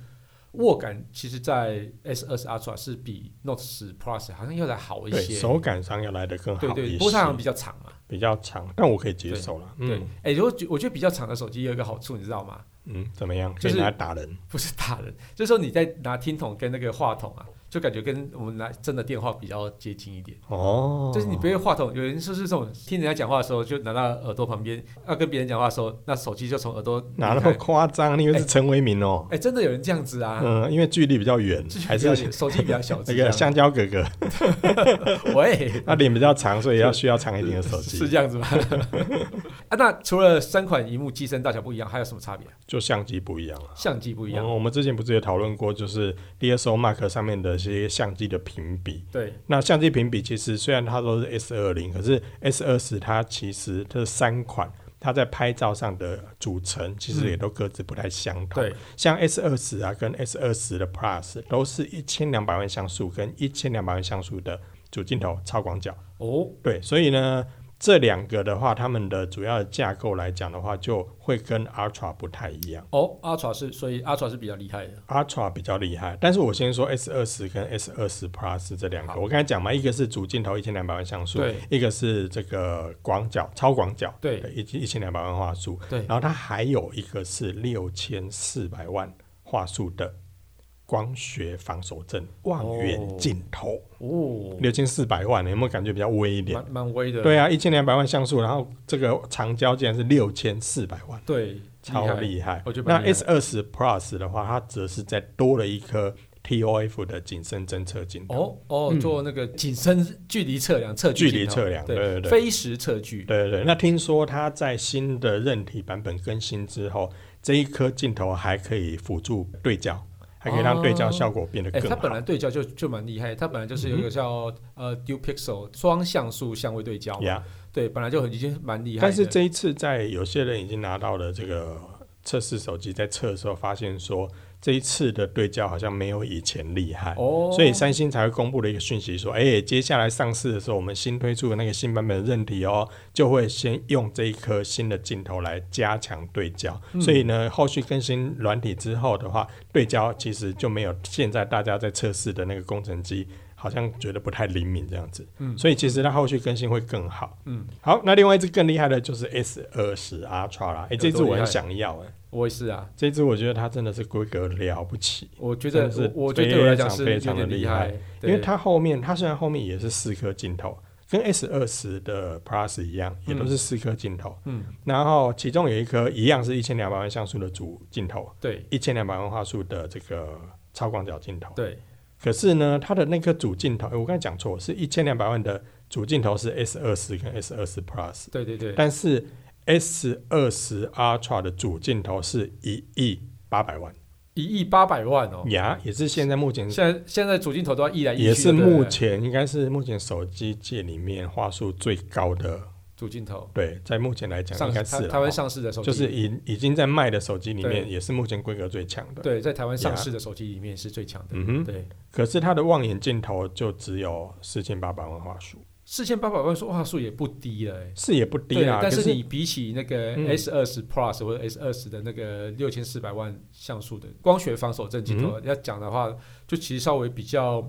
Speaker 1: 握感，其实在 S 二十 Ultra 是比 Note 10 Plus 好像要来好
Speaker 2: 哼，
Speaker 1: 一
Speaker 2: 对，
Speaker 1: 些。
Speaker 2: 手感上要来的更好
Speaker 1: 对
Speaker 2: 一些。
Speaker 1: 对，不过它好像比较长嘛。
Speaker 2: 比较长，但我可以接受了。
Speaker 1: 对
Speaker 2: 嗯，
Speaker 1: 哎、如果觉我觉得比较长的手机有一个好处，你知道吗？
Speaker 2: 嗯，怎么样？
Speaker 1: 就是
Speaker 2: 可以拿来打人，
Speaker 1: 不是打人，就是说你在拿听筒跟那个话筒啊，就感觉跟我们拿真的电话比较接近一点。
Speaker 2: 哦，
Speaker 1: 就是你不用话筒，有人说是这种听人家讲话的时候就拿到耳朵旁边，要跟别人讲话的时候，那手机就从耳朵
Speaker 2: 哪那
Speaker 1: 离开
Speaker 2: 么夸张？你以为是陈为民哦？
Speaker 1: 哎、真的有人这样子啊？
Speaker 2: 嗯，因为距离比 较远
Speaker 1: 就是，
Speaker 2: 还
Speaker 1: 比较
Speaker 2: 是
Speaker 1: 手机比较小只
Speaker 2: 那
Speaker 1: 这
Speaker 2: 个
Speaker 1: 样，
Speaker 2: 香蕉哥哥，
Speaker 1: 喂，
Speaker 2: 他脸比 较长，所以要需要长一点的手
Speaker 1: 是
Speaker 2: 机，
Speaker 1: 这样子吗？ 啊，那除了三款荧幕机身大小不一样，还有什么差别啊、
Speaker 2: 就相机不一样了。
Speaker 1: 相机不一样，
Speaker 2: 嗯我们之前不是也讨论过，就是 DSLR Mark 上面的一些相机的评比。
Speaker 1: 对
Speaker 2: 那相机评比其实虽然它都是 S 二零，可是 S 二十它其实这三款它在拍照上的组成其实也都各自不太相同。
Speaker 1: 对
Speaker 2: 像 S 二十啊跟 S 二十的 Plus 都是一千两百万像素跟一千两百万像素的主镜头超广角。
Speaker 1: 哦，
Speaker 2: 对，所以呢，这两个的话，它们的主要的架构来讲的话，就会跟 Ultra 不太一样。
Speaker 1: 哦，Ultra 是，所以 Ultra 是比较厉害的，
Speaker 2: Ultra 比较厉害，但是我先说 S 二十跟 S 二十 Plus 这两个，我刚才讲嘛，一个是主镜头一千两百万像素
Speaker 1: 对，
Speaker 2: 一个是这个广角超广角，
Speaker 1: 对
Speaker 2: 一一千两百万画素，
Speaker 1: 对
Speaker 2: 然后它还有一个是六千四百万画素的光学防守阵望远镜头，
Speaker 1: 哦，
Speaker 2: 六千四百万，有没有感觉比较微一点？
Speaker 1: 蛮蛮威的，
Speaker 2: 对啊，一千两百万像素，然后这个长焦竟然是六千四百万，
Speaker 1: 对，
Speaker 2: 超
Speaker 1: 害，
Speaker 2: 厉害。
Speaker 1: 我觉得
Speaker 2: 那
Speaker 1: 蛮厉害
Speaker 2: S 二十 Plus 的话，它则是再多了一颗 TOF 的景深侦测镜头，
Speaker 1: 哦哦，做那个景深距离测量，测
Speaker 2: 距
Speaker 1: 镜
Speaker 2: 离
Speaker 1: 头
Speaker 2: 测量。对对对，
Speaker 1: 非实测距，
Speaker 2: 对对对。那听说它在新的韧体版本更新之后，这一颗镜头还可以辅助对焦，还可以让对焦效果变得
Speaker 1: 哎、
Speaker 2: 更
Speaker 1: 它本
Speaker 2: 好。
Speaker 1: 来对焦就就蛮厉害，它本来就是有一个叫、呃 dual pixel 双像素相位对焦嘛，
Speaker 2: 呀，
Speaker 1: 对，本来就很已经蛮厉害的。
Speaker 2: 但是这一次在有些人已经拿到了这个测试手机，在测的时候发现说，这一次的对焦好像没有以前厉害。
Speaker 1: 哦，
Speaker 2: 所以三星才会公布了一个讯息说，哎、接下来上市的时候，我们新推出的那个新版本的韧体哦，就会先用这一颗新的镜头来加强对焦。
Speaker 1: 嗯
Speaker 2: 所以呢，后续更新软体之后的话，对焦其实就没有现在大家在测试的那个工程机。好像觉得不太灵敏这样子，
Speaker 1: 嗯
Speaker 2: 所以其实它后续更新会更好，
Speaker 1: 嗯，
Speaker 2: 好，那另外一只更厉害的就是 S 二十 Ultra 啦，哎、这只
Speaker 1: 多厉
Speaker 2: 我很
Speaker 1: 害
Speaker 2: 想要、哎，
Speaker 1: 我也是啊，
Speaker 2: 这只我觉得它真的是规格了不起，
Speaker 1: 我觉得
Speaker 2: 真的是
Speaker 1: 我我觉得对我来讲
Speaker 2: 非
Speaker 1: 是
Speaker 2: 非
Speaker 1: 有
Speaker 2: 常
Speaker 1: 点
Speaker 2: 的厉
Speaker 1: 厉
Speaker 2: 害
Speaker 1: 害，
Speaker 2: 因
Speaker 1: 对
Speaker 2: 为它后面，它虽然后面也是四颗镜头，跟 S 二十的 Plus 一样，也都是四颗镜头，
Speaker 1: 嗯
Speaker 2: 然后其中有一颗一样是一千两百万像素的主镜头，
Speaker 1: 对
Speaker 2: 一千两百万画素的这个超广角镜头。
Speaker 1: 对
Speaker 2: 可是呢，它的那颗主镜头，诶我刚才讲错，是一千两百万的主镜头是 S 二十跟 S 二十 Plus，
Speaker 1: 对对对，
Speaker 2: 但是 S 二十 Ultra 的主镜头是一亿八百万。
Speaker 1: 一亿八百万哦，
Speaker 2: 呀，也是现在目前
Speaker 1: 现在现在主镜头都要一来一去的，
Speaker 2: 也是
Speaker 1: 对不对
Speaker 2: 目前应该是目前手机界里面话术最高的，
Speaker 1: 主镜头
Speaker 2: 对，在目前来讲
Speaker 1: 上
Speaker 2: 应该是
Speaker 1: 台
Speaker 2: 啦
Speaker 1: 台湾
Speaker 2: 哦
Speaker 1: 上市的手机，
Speaker 2: 就是已已经在卖的手机里面
Speaker 1: 对
Speaker 2: 也是目前规格最强的。
Speaker 1: 对，在台湾上
Speaker 2: Yeah
Speaker 1: 市的手机里面是最强的。
Speaker 2: 嗯哼，
Speaker 1: 对，
Speaker 2: 可是它的望远镜头就只有四千八百万画素，
Speaker 1: 四千八百万说话术也不低了、欸，
Speaker 2: 是也不低
Speaker 1: 对
Speaker 2: 啦。，
Speaker 1: 但
Speaker 2: 可
Speaker 1: 是你比起那个
Speaker 2: 嗯
Speaker 1: S 二十 Plus 或者 S 二十的那个六千四百万像素的光学防守正
Speaker 2: 嗯
Speaker 1: 镜头，要讲的话，就其实稍微比较，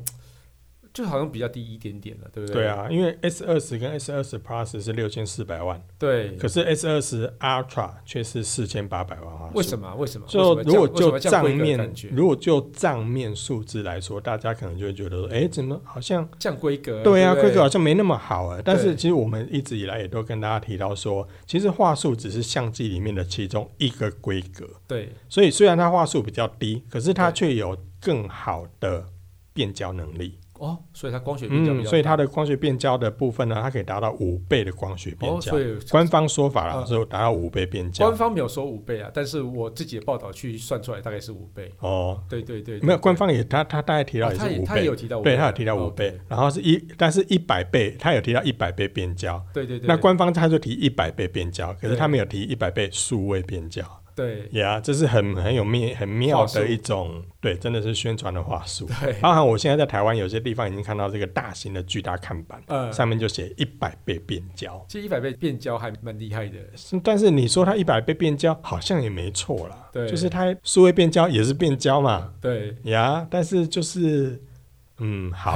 Speaker 1: 就好像比较低一点点了，对不
Speaker 2: 对
Speaker 1: 对？，
Speaker 2: 啊，因为 S 二十跟 S 二十 Plus 是六千四百万，
Speaker 1: 对。
Speaker 2: 可是 S 二十 Ultra 却是四千八百万画素。
Speaker 1: 为什么？为什么？啊
Speaker 2: 就
Speaker 1: 为什么这
Speaker 2: 如
Speaker 1: 样
Speaker 2: 果
Speaker 1: 为什
Speaker 2: 就
Speaker 1: 么这样
Speaker 2: 账
Speaker 1: 规格的
Speaker 2: 面
Speaker 1: 感觉，
Speaker 2: 如果就账面数字来说，大家可能就会觉得说，哎、怎么好像
Speaker 1: 这样规格，
Speaker 2: 对啊，
Speaker 1: 呃不
Speaker 2: 规格好像没那么好啊。但是
Speaker 1: 对
Speaker 2: 其实我们一直以来也都跟大家提到说，其实话术只是相机里面的其中一个规格，
Speaker 1: 对
Speaker 2: 所以虽然它话术比较低，可是它
Speaker 1: 对
Speaker 2: 却有更好的变焦能力。
Speaker 1: 哦，所以它光学比较比
Speaker 2: 嗯，
Speaker 1: 较，哦
Speaker 2: 所以它的光学变焦的部分呢，它可以达到五倍的光学变
Speaker 1: 哦，
Speaker 2: 焦。
Speaker 1: 所以
Speaker 2: 官方说法啦，
Speaker 1: 嗯
Speaker 2: 是有达到五倍变焦
Speaker 1: 官。方没有说五倍啊，但是我自己的报道去算出来大概是五倍，
Speaker 2: 哦，
Speaker 1: 对对对，对
Speaker 2: 没有，
Speaker 1: 对
Speaker 2: 官方也他他大概提到
Speaker 1: 哦
Speaker 2: 也是
Speaker 1: 他也
Speaker 2: 五
Speaker 1: 他也
Speaker 2: 倍
Speaker 1: 有。提哦到五倍，啊
Speaker 2: 对，他有提到五倍
Speaker 1: OK，，
Speaker 2: 然后是一，但是一百倍，他有提到一百倍变焦，
Speaker 1: 对对对，
Speaker 2: 那官方他就提一百倍变焦，可是
Speaker 1: 对
Speaker 2: 他没有提一百倍数位变焦，
Speaker 1: 对
Speaker 2: 呀这是很很有妙很妙
Speaker 1: 话术
Speaker 2: 的一种，对，真的是宣传的话 术。
Speaker 1: 对，
Speaker 2: 包含我现在在台湾有些地方已经看到这个大型的巨大看板，
Speaker 1: 呃，
Speaker 2: 上面就写一百倍变焦，
Speaker 1: 其实一百倍变焦还蛮厉害的，
Speaker 2: 是但是你说它一百倍变焦好像也没错啦，
Speaker 1: 对
Speaker 2: 就是它数位变焦也是变焦嘛，
Speaker 1: 对，
Speaker 2: 呀、但是就是。嗯，好，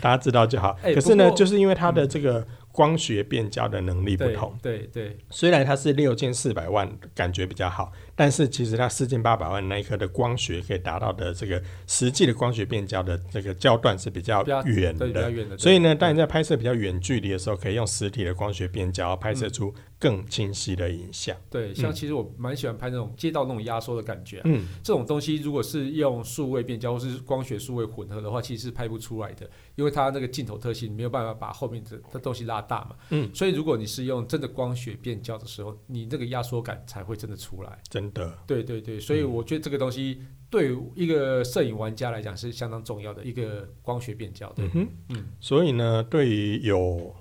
Speaker 2: 大家知道就好。
Speaker 1: 哎
Speaker 2: 可是呢，
Speaker 1: 不过
Speaker 2: 就是因为它的这个光学变焦的能力不
Speaker 1: 对
Speaker 2: 同，
Speaker 1: 对对
Speaker 2: 虽然它是六千四百万，感觉比较好，但是其实它四千八百万那一颗的光学可以达到的这个实际的光学变焦的这个焦段是比较
Speaker 1: 比较
Speaker 2: 远
Speaker 1: 对，比较
Speaker 2: 的。
Speaker 1: 远的，
Speaker 2: 所以呢，
Speaker 1: 对
Speaker 2: 当你在拍摄比较远距离的时候，可以用实体的光学变焦拍
Speaker 1: 嗯
Speaker 2: 摄出更清晰的影像。
Speaker 1: 对，像其实我蛮喜欢拍那种街道那种压缩的感觉啊，
Speaker 2: 嗯，
Speaker 1: 这种东西如果是用数位变焦或是光学数位混合的话，其实是拍不出来的，因为它那个镜头特性没有办法把后面的的东西拉大嘛。
Speaker 2: 嗯，
Speaker 1: 所以如果你是用真的光学变焦的时候，你那个压缩感才会真的出来。
Speaker 2: 真的，
Speaker 1: 对对对，所以
Speaker 2: 嗯
Speaker 1: 我觉得这个东西对一个摄影玩家来讲是相当重要的一个光学变焦。对
Speaker 2: 嗯，哼，
Speaker 1: 嗯，
Speaker 2: 所以呢，对于有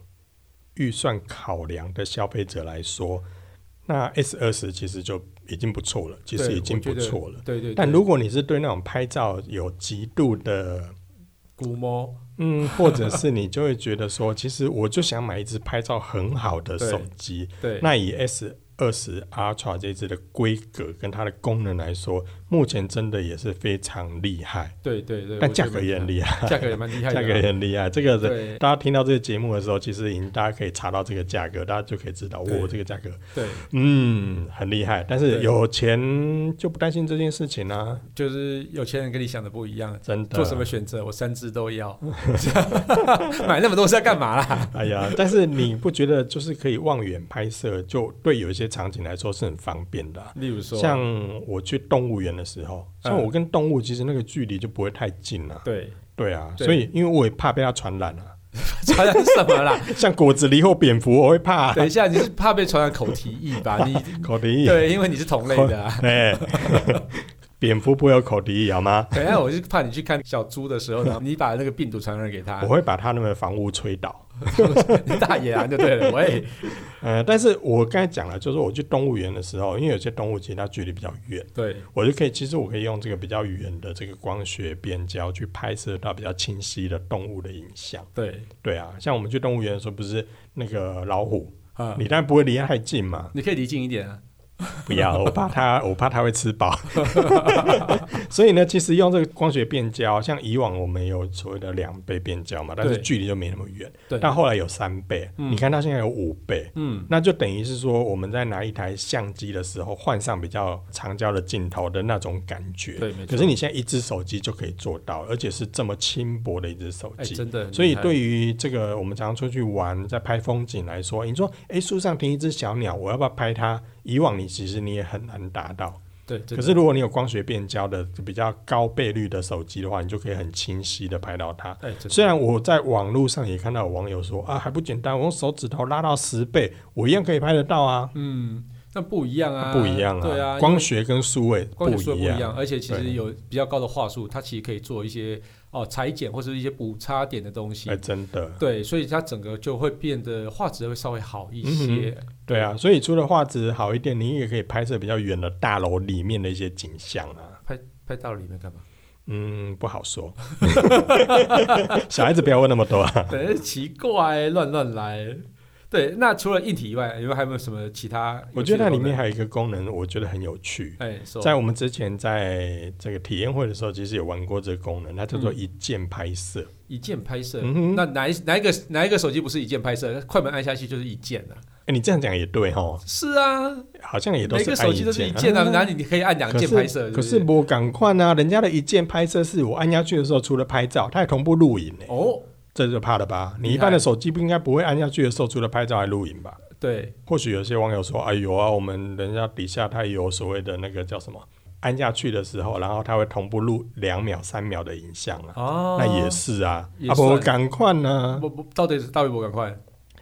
Speaker 2: 预算考量的消费者来说，那 S 二十其实就已经不错了，其实
Speaker 1: 对
Speaker 2: 已经
Speaker 1: 我觉
Speaker 2: 不
Speaker 1: 得
Speaker 2: 错了。
Speaker 1: 对对对。
Speaker 2: 但如果你是对那种拍照有极度的，
Speaker 1: 估摸，
Speaker 2: 嗯，或者是你就会觉得说， 其实我就想买一只拍照很好的手机，
Speaker 1: 对，
Speaker 2: 那以 S 二十 Ultra 这只的规格跟它的功能来说，目前真的也是非常厉害，
Speaker 1: 对对对，
Speaker 2: 但
Speaker 1: 我
Speaker 2: 价
Speaker 1: 觉得
Speaker 2: 格
Speaker 1: 蛮
Speaker 2: 也很厉害，
Speaker 1: 害，价格也蛮厉害的
Speaker 2: 价
Speaker 1: 啊，
Speaker 2: 格也很厉害。这个人
Speaker 1: 对
Speaker 2: 大家听到这个节目的时候，其实已经大家可以查到这个价格，大家就可以知道，
Speaker 1: 对
Speaker 2: 我这个价格，
Speaker 1: 对，
Speaker 2: 嗯，很厉害。但是
Speaker 1: 对
Speaker 2: 有钱就不担心这件事情啊，
Speaker 1: 就是有钱人跟你想的不一样，
Speaker 2: 真的。
Speaker 1: 做什么选择？我三只都要， 买那么多是要干嘛啦？
Speaker 2: 哎呀，但是你不觉得就是可以望远拍摄，就对有一些场景来说是很方便的啊、
Speaker 1: 例如说，
Speaker 2: 像我去动物园的时候，像
Speaker 1: 嗯
Speaker 2: 我跟动物其实那个距离就不会太近了、啊。
Speaker 1: 对，
Speaker 2: 对啊，
Speaker 1: 对
Speaker 2: 所以因为我也怕被它传染啊，
Speaker 1: 传染什么 啦？
Speaker 2: 像果子狸或蝙蝠，我会怕、
Speaker 1: 等一下，你是怕被传染口蹄疫吧？ 你
Speaker 2: 口蹄疫。
Speaker 1: 对，因为你是同类的、啊。
Speaker 2: 哎，蝙蝠不会有口蹄疫好吗？
Speaker 1: 等一下，我是怕你去看小猪的时候，然后你把那个病毒传染给他
Speaker 2: 我，会把它们的房屋吹倒。
Speaker 1: 你大野狼就对 了。喂，
Speaker 2: 呃，但是我刚才讲了，就是我去动物园的时候，因为有些动物其实它距离比较远。
Speaker 1: 对
Speaker 2: 我就可以，其实我可以用这个比较远的这个光学变焦去拍摄到比较清晰的动物的影像。
Speaker 1: 对，
Speaker 2: 对啊，像我们去动物园的时候，不是那个老虎，
Speaker 1: 啊、
Speaker 2: 你当然不会离它太 近嘛，
Speaker 1: 你可以离近一点啊。
Speaker 2: 不要，我怕它，我怕它会吃饱。所以呢，其实用这个光学变焦，像以往我们有所谓的两倍变焦嘛，但是
Speaker 1: 对
Speaker 2: 距离就没那么远。
Speaker 1: 对
Speaker 2: 但后来有三倍，
Speaker 1: 嗯
Speaker 2: 你看它现在有五倍。
Speaker 1: 嗯，
Speaker 2: 那就等于是说，我们在拿一台相机的时候，换上比较长焦的镜头的那种感觉。
Speaker 1: 对，没错。
Speaker 2: 可是你现在一只手机就可以做到，而且是这么轻薄的一只手
Speaker 1: 哎、
Speaker 2: 机。
Speaker 1: 真的很厉害，
Speaker 2: 所以，对于这个我们常常出去玩，在拍风景来说，你说，哎，树上停一只小鸟，我要不要拍它？以往你其实你也很难达到。
Speaker 1: 对，真的
Speaker 2: 可是，如果你有光学变焦的比较高倍率的手机的话，你就可以很清晰的拍到它。
Speaker 1: 哎、真的
Speaker 2: 虽然我在网络上也看到有网友说啊，还不简单，我用手指头拉到十倍，我一样可以拍得到啊。
Speaker 1: 嗯，那不一样啊，
Speaker 2: 不一样啊，
Speaker 1: 对啊，
Speaker 2: 光学跟数位
Speaker 1: 光学数不一
Speaker 2: 一
Speaker 1: 样，，而且其实
Speaker 2: 对
Speaker 1: 有比较高的话术，它其实可以做一些哦裁剪或者是一些补差点的东西。
Speaker 2: 哎、真的，
Speaker 1: 对，所以它整个就会变得画质会稍微好
Speaker 2: 嗯
Speaker 1: 一些。
Speaker 2: 对啊，所以除了画质好一点，你也可以拍摄比较远的大楼里面的一些景象啊。
Speaker 1: 拍拍到里面干嘛？
Speaker 2: 嗯，不好 说。 小孩子不要问那么多啊。
Speaker 1: 对，哎奇怪，乱乱来。对，那除了硬体以外，有没有还有没有什么其他 有趣的功能？
Speaker 2: 我觉得它里面还有一个功能，我觉得很有趣。
Speaker 1: 哎，说
Speaker 2: 在我们之前在这个体验会的时候，其实有玩过这个功能，它叫做
Speaker 1: 嗯
Speaker 2: 一键拍摄。
Speaker 1: 一键拍摄，
Speaker 2: 嗯哼，那
Speaker 1: 那哪一哪一个哪一个手机不是一键拍摄？快门按下去就是一键啊。
Speaker 2: 你这样讲也对哈，
Speaker 1: 是啊，
Speaker 2: 好像也都
Speaker 1: 每
Speaker 2: 是
Speaker 1: 个
Speaker 2: 按
Speaker 1: 手机都是一
Speaker 2: 啊
Speaker 1: 键啊，哪里你可以按两键拍摄？
Speaker 2: 可
Speaker 1: 是
Speaker 2: 是
Speaker 1: 不
Speaker 2: 我赶快呢，啊人家的一键拍摄是我按下去的时候，除了拍照，它还同步录影呢、
Speaker 1: 是哦，
Speaker 2: 这就怕了吧？你
Speaker 1: 厉
Speaker 2: 一
Speaker 1: 害
Speaker 2: 般的手机不应该不会按下去的时候，除了拍照还录影吧？
Speaker 1: 对，
Speaker 2: 或许有些网友说：“哎呦啊，我们人家底下它有所谓的那个叫什么，按下去的时候，然后它会同步录两秒、三秒的影像啊。
Speaker 1: 哦，
Speaker 2: 那也是啊，
Speaker 1: 也
Speaker 2: 啊
Speaker 1: 算
Speaker 2: 不，赶快呢
Speaker 1: 不不，到底是大微博赶快，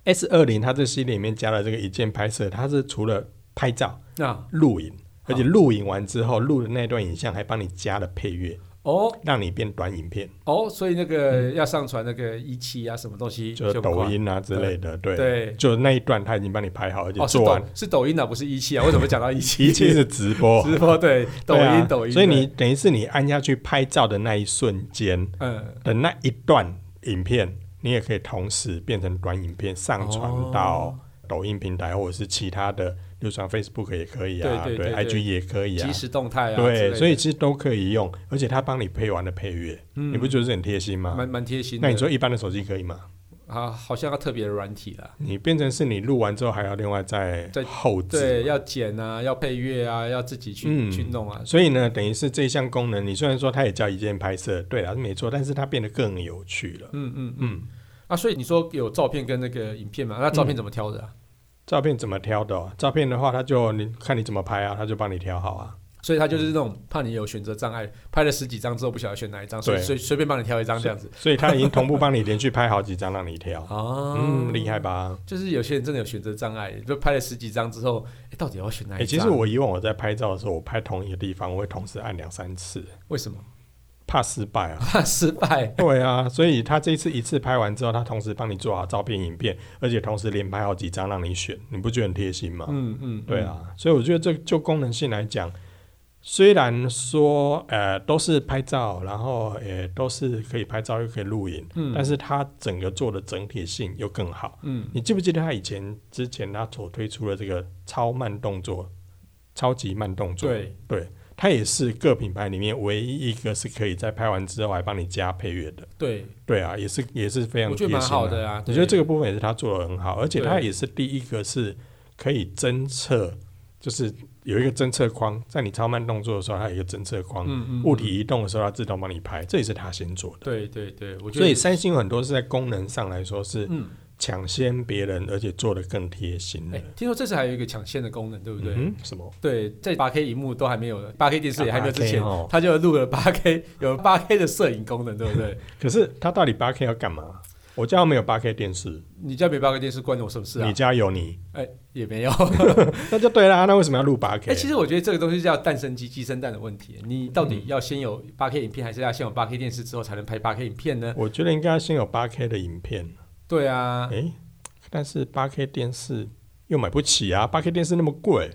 Speaker 2: ！S 二零它这系列里面加了这个一键拍摄，它是除了拍照、
Speaker 1: 那
Speaker 2: 录影，而且
Speaker 1: 啊
Speaker 2: 录影完之后录的那段影像还帮你加了配乐，
Speaker 1: 哦
Speaker 2: 让你变短影片。
Speaker 1: 哦，所以那个要上传那个一期啊，什么东西
Speaker 2: 嗯就是
Speaker 1: 很
Speaker 2: 抖
Speaker 1: 快。
Speaker 2: 音啊之类的，对，
Speaker 1: 对，
Speaker 2: 就那一段他已经帮你拍好，而且
Speaker 1: 哦是
Speaker 2: 做完
Speaker 1: 抖。是抖音啊，不是一期啊，为什么讲到一期？
Speaker 2: 一切是直播，
Speaker 1: 直播对，抖
Speaker 2: 对啊
Speaker 1: 音抖音，
Speaker 2: 所以你等于是你按下去拍照的那一瞬间
Speaker 1: 对嗯
Speaker 2: 的那一段影片，你也可以同时变成短影片上传到
Speaker 1: 哦
Speaker 2: 抖音平台或者是其他的，例如像 Facebook 也可以啊，
Speaker 1: 对对对
Speaker 2: i
Speaker 1: 对
Speaker 2: g 也可以啊
Speaker 1: 即。时动态啊之类的，
Speaker 2: 对，所以其实都可以用，而且它帮你配完的配乐，你不觉得是很贴心吗？
Speaker 1: 嗯蛮蛮贴心的。
Speaker 2: 啊那你说一般的手机可以吗？
Speaker 1: 啊，好像要特别的软体啦。
Speaker 2: 你变成是你录完之后还要另外再
Speaker 1: 再
Speaker 2: 后置，
Speaker 1: 对，要剪啊，要配乐啊，要自己去、
Speaker 2: 嗯
Speaker 1: 去弄啊。
Speaker 2: 所以呢，等于是这项功能，你虽然说它也叫一键拍摄，对啦，是没错，但是它变得更有趣了。
Speaker 1: 嗯嗯嗯。
Speaker 2: 嗯，
Speaker 1: 啊，所以你说有照片跟那个影片嘛？那照片怎么挑的啊？
Speaker 2: 照片怎么挑的、哦？照片的话，它就你看你怎么拍啊，它就帮你挑好啊。
Speaker 1: 所以他就是那种怕你有选择障碍，拍了十几张之后不晓得选哪一张，所以
Speaker 2: 对
Speaker 1: 随随便帮你挑一张这样子。
Speaker 2: 所以它已经同步帮你连续拍好几张让你挑。
Speaker 1: 啊，
Speaker 2: 嗯，厉害吧？
Speaker 1: 就是有些人真的有选择障碍，就拍了十几张之后，哎，到底要选哪
Speaker 2: 哎、
Speaker 1: 一张？
Speaker 2: 其实我以往我在拍照的时候，我拍同一个地方，我会同时按两三次，
Speaker 1: 为什么
Speaker 2: 怕失败啊。
Speaker 1: 怕失败？
Speaker 2: 对啊，所以他这一次一次拍完之后，他同时帮你做好照片、影片，而且同时连拍好几张让你选，你不觉得很贴心吗？
Speaker 1: 嗯嗯，
Speaker 2: 对啊，所以我觉得这就功能性来讲，虽然说呃都是拍照，然后也都是可以拍照又可以录影，
Speaker 1: 嗯
Speaker 2: 但是它整个做的整体性又更好。
Speaker 1: 嗯，
Speaker 2: 你记不记得他以前之前他所推出的这个超慢动作、超级慢动作？，
Speaker 1: 对，
Speaker 2: 它也是各品牌里面唯一一个是可以在拍完之后还帮你加配乐的。
Speaker 1: 对，
Speaker 2: 对啊，也是也是非常
Speaker 1: 我觉
Speaker 2: 贴
Speaker 1: 得
Speaker 2: 心、
Speaker 1: 蛮
Speaker 2: 啊。
Speaker 1: 好的啊。
Speaker 2: 我觉得这
Speaker 1: 个
Speaker 2: 个部分也是他做的很好，而且他
Speaker 1: 对
Speaker 2: 也是第一个是可以侦测，就是有一个侦测框，在你超慢动作的时候，它有一个侦测框，
Speaker 1: 嗯嗯，
Speaker 2: 物体移动的时候，它自动帮你拍，这也是他先做的。
Speaker 1: 对对对，我觉
Speaker 2: 所以
Speaker 1: 得
Speaker 2: 三星有很多是在功能上来说是
Speaker 1: 嗯，
Speaker 2: 抢先别人，而且做的更贴心的
Speaker 1: 哎，，听说这次还有一个抢线的功能，对不对？
Speaker 2: 嗯嗯哼，什么？
Speaker 1: 对，在八 K 荧幕都还没有，八 K 电视也还没有之前
Speaker 2: 啊8 K 哦，
Speaker 1: 他就录了八 K 有八 K 的摄影功能，对不对？
Speaker 2: 可是它到底八 K 要干嘛？我家没有八 K 电视，
Speaker 1: 你家没八 K 电视关我什么事啊
Speaker 2: 你？家有你，
Speaker 1: 哎，也没有。
Speaker 2: 那就对啦。那为什么要录八 K？、
Speaker 1: 哎，其实我觉得这个东西叫蛋生鸡，鸡生蛋的问题。你到底要先有八 K 影片，还是要先有八 K 电视之后才能拍八 K 影片呢？
Speaker 2: 我觉得应该先有八 K 的影片。
Speaker 1: 对啊，
Speaker 2: 诶，但是八 K 电视又买不起啊，八 K 电视那么贵。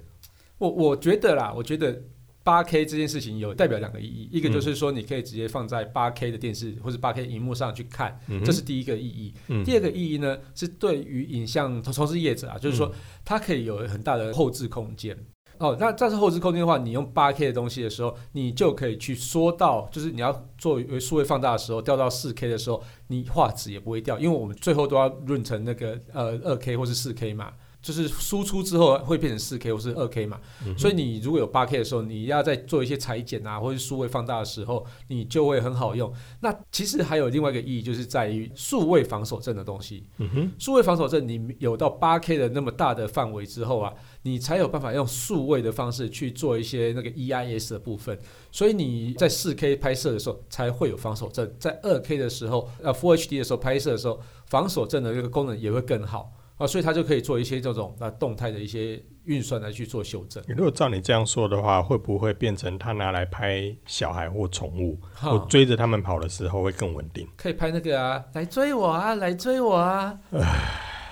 Speaker 1: 我我觉得啦，我觉得。八 K 这件事情有代表两个意义，一个就是说你可以直接放在八 K 的电视或者八 K 荧幕上去看，
Speaker 2: 嗯哼
Speaker 1: 这是第一个意义。
Speaker 2: 嗯
Speaker 1: 第二个意义呢，是对于影像从从事业者啊，就是
Speaker 2: 嗯
Speaker 1: 说它可以有很大的后置空间。哦，那但是后置空间的话，你用八 K 的东西的时候，你就可以去缩到，就是你要做数位放大的时候，掉到四 K 的时候，你画质也不会掉，因为我们最后都要润成那个呃二 K 或是四 K 嘛，就是输出之后会变成四 K 或是二 K 嘛。
Speaker 2: 嗯哼
Speaker 1: 所以你如果有八 K 的时候，你要在做一些裁剪啊，或是数位放大的时候，你就会很好用。那其实还有另外一个意义，就是在于数位防守阵的东西。
Speaker 2: 嗯哼，
Speaker 1: 数位防守阵，你有到八 K 的那么大的范围之后啊，你才有办法用数位的方式去做一些那个 EIS 的部分。所以你在四 K 拍摄的时候才会有防守阵，在二 K 的时候，呃，Full HD 的时候拍摄的时呃候，防守阵的这个功能也会更好啊，所以它就可以做一些这种啊动态的一些运算来去做修正。
Speaker 2: 如果照你这样说的话，会不会变成他拿来拍小孩或宠物，
Speaker 1: 哈
Speaker 2: 我追着他们跑的时候会更稳定？
Speaker 1: 可以拍那个啊，来追我啊，来追我啊，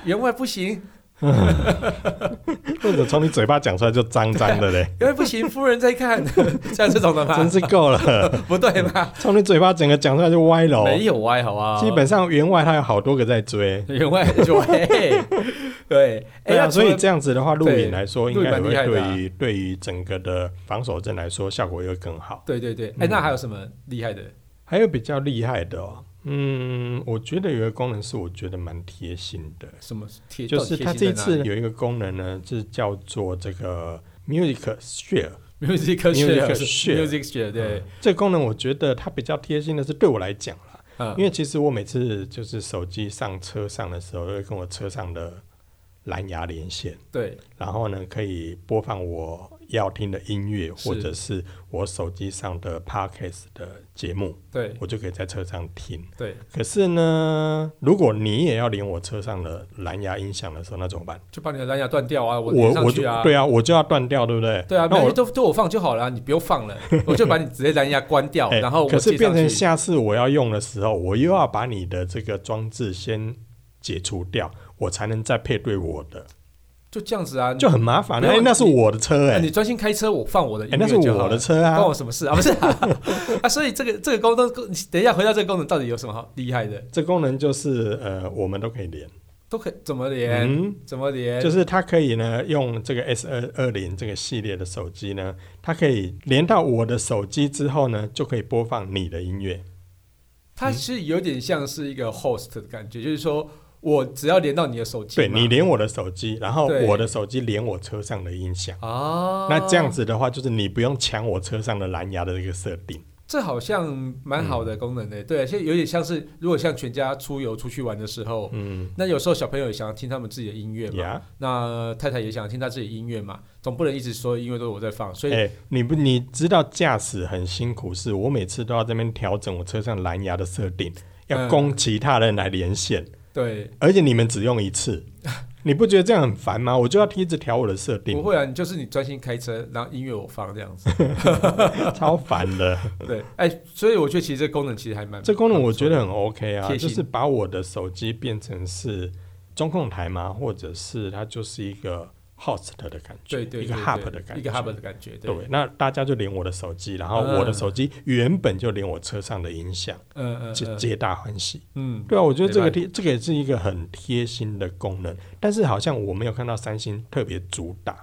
Speaker 1: 员外不行，
Speaker 2: 或者从你嘴巴讲出来就脏脏 的嘞，
Speaker 1: 员外不行，夫人在看， 像这种的
Speaker 2: 真
Speaker 1: 吗？
Speaker 2: 是 够了！
Speaker 1: 不对吧？
Speaker 2: 从你嘴巴整个讲出来就歪了哦。
Speaker 1: 没有歪，好啊，
Speaker 2: 基本上员外他有好多个在追。
Speaker 1: 员外就 嘿，对，哎
Speaker 2: 对啊，
Speaker 1: 呀，
Speaker 2: 所
Speaker 1: 除
Speaker 2: 以
Speaker 1: 了
Speaker 2: 这样子的话，录
Speaker 1: 对
Speaker 2: 影来说，
Speaker 1: 录影
Speaker 2: 应该也
Speaker 1: 蛮
Speaker 2: 会
Speaker 1: 厉害的
Speaker 2: 对
Speaker 1: 啊
Speaker 2: 于对于整个的防守阵来说，效果又更好。
Speaker 1: 对对
Speaker 2: 嗯
Speaker 1: 对，哎，那还有什么厉害的？
Speaker 2: 还有比较厉害的哦，嗯，我觉得有一个功能是我觉得蛮贴心的，
Speaker 1: 什么贴？
Speaker 2: 就是它这一次
Speaker 1: 到 底
Speaker 2: 有一个功能呢，是叫做这个 Music Share。
Speaker 1: 贴心在哪里 music
Speaker 2: Music share
Speaker 1: share，music share，对，
Speaker 2: 这个功能我觉得它比较贴心的是对我来讲啦，
Speaker 1: 嗯
Speaker 2: 因为其实我每次就是手机上车上的时候，都会跟我车上的蓝牙连线，
Speaker 1: 对，
Speaker 2: 然后呢可以播放我要听的音乐，
Speaker 1: 是
Speaker 2: 或者是我手机上的 Podcast 的节目，
Speaker 1: 对，
Speaker 2: 我就可以在车上听。
Speaker 1: 对，
Speaker 2: 可是呢，如果你也要连我车上的蓝牙音响的时候，那怎么办？
Speaker 1: 就把你的蓝牙断掉啊，我连
Speaker 2: 我
Speaker 1: 上
Speaker 2: 我
Speaker 1: 去
Speaker 2: 就
Speaker 1: 啊，
Speaker 2: 对啊，我就要断掉，对不对？
Speaker 1: 对啊，
Speaker 2: 那
Speaker 1: 那
Speaker 2: 我
Speaker 1: 我都都我放就好了啊，你不用放 了，我就把你直接蓝牙关掉，
Speaker 2: 哎
Speaker 1: 啊然后我
Speaker 2: 可是
Speaker 1: 接
Speaker 2: 变
Speaker 1: 上
Speaker 2: 成
Speaker 1: 去。
Speaker 2: 下次我要用的时候，我又要把你的这个装置先解除掉，我才能再配对我的，
Speaker 1: 就这样子啊，
Speaker 2: 就很麻烦
Speaker 1: 嗯
Speaker 2: 了。
Speaker 1: 没
Speaker 2: 哎、
Speaker 1: 有
Speaker 2: 那是
Speaker 1: 你
Speaker 2: 我的车、
Speaker 1: 那
Speaker 2: 哎、
Speaker 1: 你专心开车，我放我的音
Speaker 2: 哎，那
Speaker 1: 乐
Speaker 2: 是
Speaker 1: 就好
Speaker 2: 我
Speaker 1: 了
Speaker 2: 的。车
Speaker 1: 关
Speaker 2: 啊
Speaker 1: 我。什么事啊？ 不是啊， 啊所以这个这个功能，等一下回到这个功能到底有什么好厉害的？
Speaker 2: 这功能就是呃，我们都可以连，
Speaker 1: 都可以怎么连？
Speaker 2: 嗯，
Speaker 1: 怎么连？
Speaker 2: 就是它可以呢用这个 S 二二零这个系列的手机呢，它可以连到我的手机之后呢，就可以播放你的音乐。
Speaker 1: 它其实有点像是一个 host 的感觉，就是说我只要连到你的手机
Speaker 2: 对
Speaker 1: 嘛，
Speaker 2: 你连我的手机，然后
Speaker 1: 对
Speaker 2: 我的手机连我车上的音响。
Speaker 1: 啊，
Speaker 2: 那这样子的话，就是你不用抢我车上的蓝牙的这个设定。
Speaker 1: 这好像蛮好的功能呢、
Speaker 2: 嗯
Speaker 1: 对，现在有点像是如果像全家出游出去玩的时候，
Speaker 2: 嗯，
Speaker 1: 那有时候小朋友也想要听他们自己的音乐嘛，
Speaker 2: 呀，
Speaker 1: 那太太也想听她自己的音乐嘛，总不能一直说音乐都是我在放，所以、
Speaker 2: 哎，你不你知道驾驶很辛苦，是我每次都要这边调整我车上蓝牙的设定，要
Speaker 1: 嗯
Speaker 2: 供其他人来连线，
Speaker 1: 对
Speaker 2: 而且你们只用一次， 你不觉得这样很烦吗？我就要一直调我的设
Speaker 1: 不
Speaker 2: 定，
Speaker 1: 会啊，你就是你专心开车，然后音乐我放这样 子，
Speaker 2: 超烦 的。
Speaker 1: 对，哎、所以我觉得其实这功能其实还蛮
Speaker 2: 这功能我觉得
Speaker 1: 蛮
Speaker 2: 很 OK 啊，
Speaker 1: 贴
Speaker 2: 就
Speaker 1: 心
Speaker 2: 是把我的手机变成是中控台嘛，或者是它就是一个 host 的感
Speaker 1: 不
Speaker 2: 觉，
Speaker 1: 错的对对
Speaker 2: 一个
Speaker 1: 对
Speaker 2: hub
Speaker 1: 对
Speaker 2: 的感觉，
Speaker 1: 一个 hub 的感觉，对，
Speaker 2: 对，那大家就连我的手机，然后
Speaker 1: 嗯
Speaker 2: 我的手机原本就连我车上的音响，
Speaker 1: 嗯嗯
Speaker 2: 皆
Speaker 1: 嗯
Speaker 2: 皆大欢喜。
Speaker 1: 嗯，
Speaker 2: 对啊，我觉得这个
Speaker 1: 没
Speaker 2: 贴这个也是一个很贴心的功能，但是好像我没有看到三星特别主打。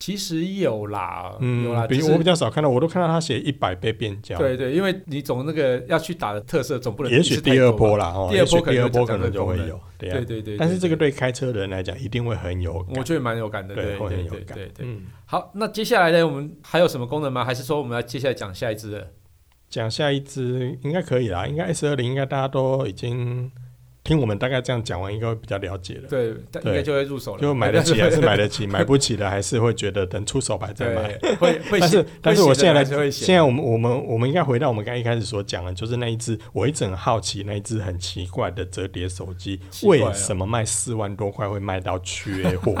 Speaker 1: 其实有啦，
Speaker 2: 嗯
Speaker 1: 有啦，，
Speaker 2: 比
Speaker 1: 只是
Speaker 2: 我比较少看到，我都看到他写一百倍变焦。，
Speaker 1: 对对，因为你总那个要去打的特色，总不能
Speaker 2: 也
Speaker 1: 一
Speaker 2: 许
Speaker 1: 次太
Speaker 2: 第二
Speaker 1: 多吧
Speaker 2: 波啦，哦，
Speaker 1: 第二波
Speaker 2: 也许第二波
Speaker 1: 可
Speaker 2: 可能
Speaker 1: 能
Speaker 2: 就
Speaker 1: 就
Speaker 2: 会
Speaker 1: 会
Speaker 2: 有，对
Speaker 1: 对
Speaker 2: 啊。
Speaker 1: 对对，
Speaker 2: 但是
Speaker 1: 对
Speaker 2: 这个对开车人来讲一定会很有感
Speaker 1: 我，觉得蛮有感的，对
Speaker 2: 会
Speaker 1: 对
Speaker 2: 很有
Speaker 1: 对
Speaker 2: 感。
Speaker 1: 对对。
Speaker 2: 嗯，
Speaker 1: 好，那接下来呢，我们还有什么功能吗？还是说我们要接下来讲下一支的？
Speaker 2: 讲下一支应该可以啦，应该 S 二零应该大家都已经听我们大概这样讲完，应该会比较了解了。
Speaker 1: 对，但应该就会入手了，
Speaker 2: 就买得起还
Speaker 1: 但
Speaker 2: 是买 得起，买不起的还是会觉得等出手牌再买。
Speaker 1: 对，会会
Speaker 2: 但
Speaker 1: 写
Speaker 2: 是但是
Speaker 1: 会
Speaker 2: 我
Speaker 1: 写
Speaker 2: 现在
Speaker 1: 的
Speaker 2: 来，
Speaker 1: 还是会写
Speaker 2: 现在我们我们我们应该回到我们刚一开始所讲的，就是那一只我一直很好奇那一只很奇怪的折叠手机，
Speaker 1: 奇怪啊
Speaker 2: 为什么卖四万多块会卖到 缺货？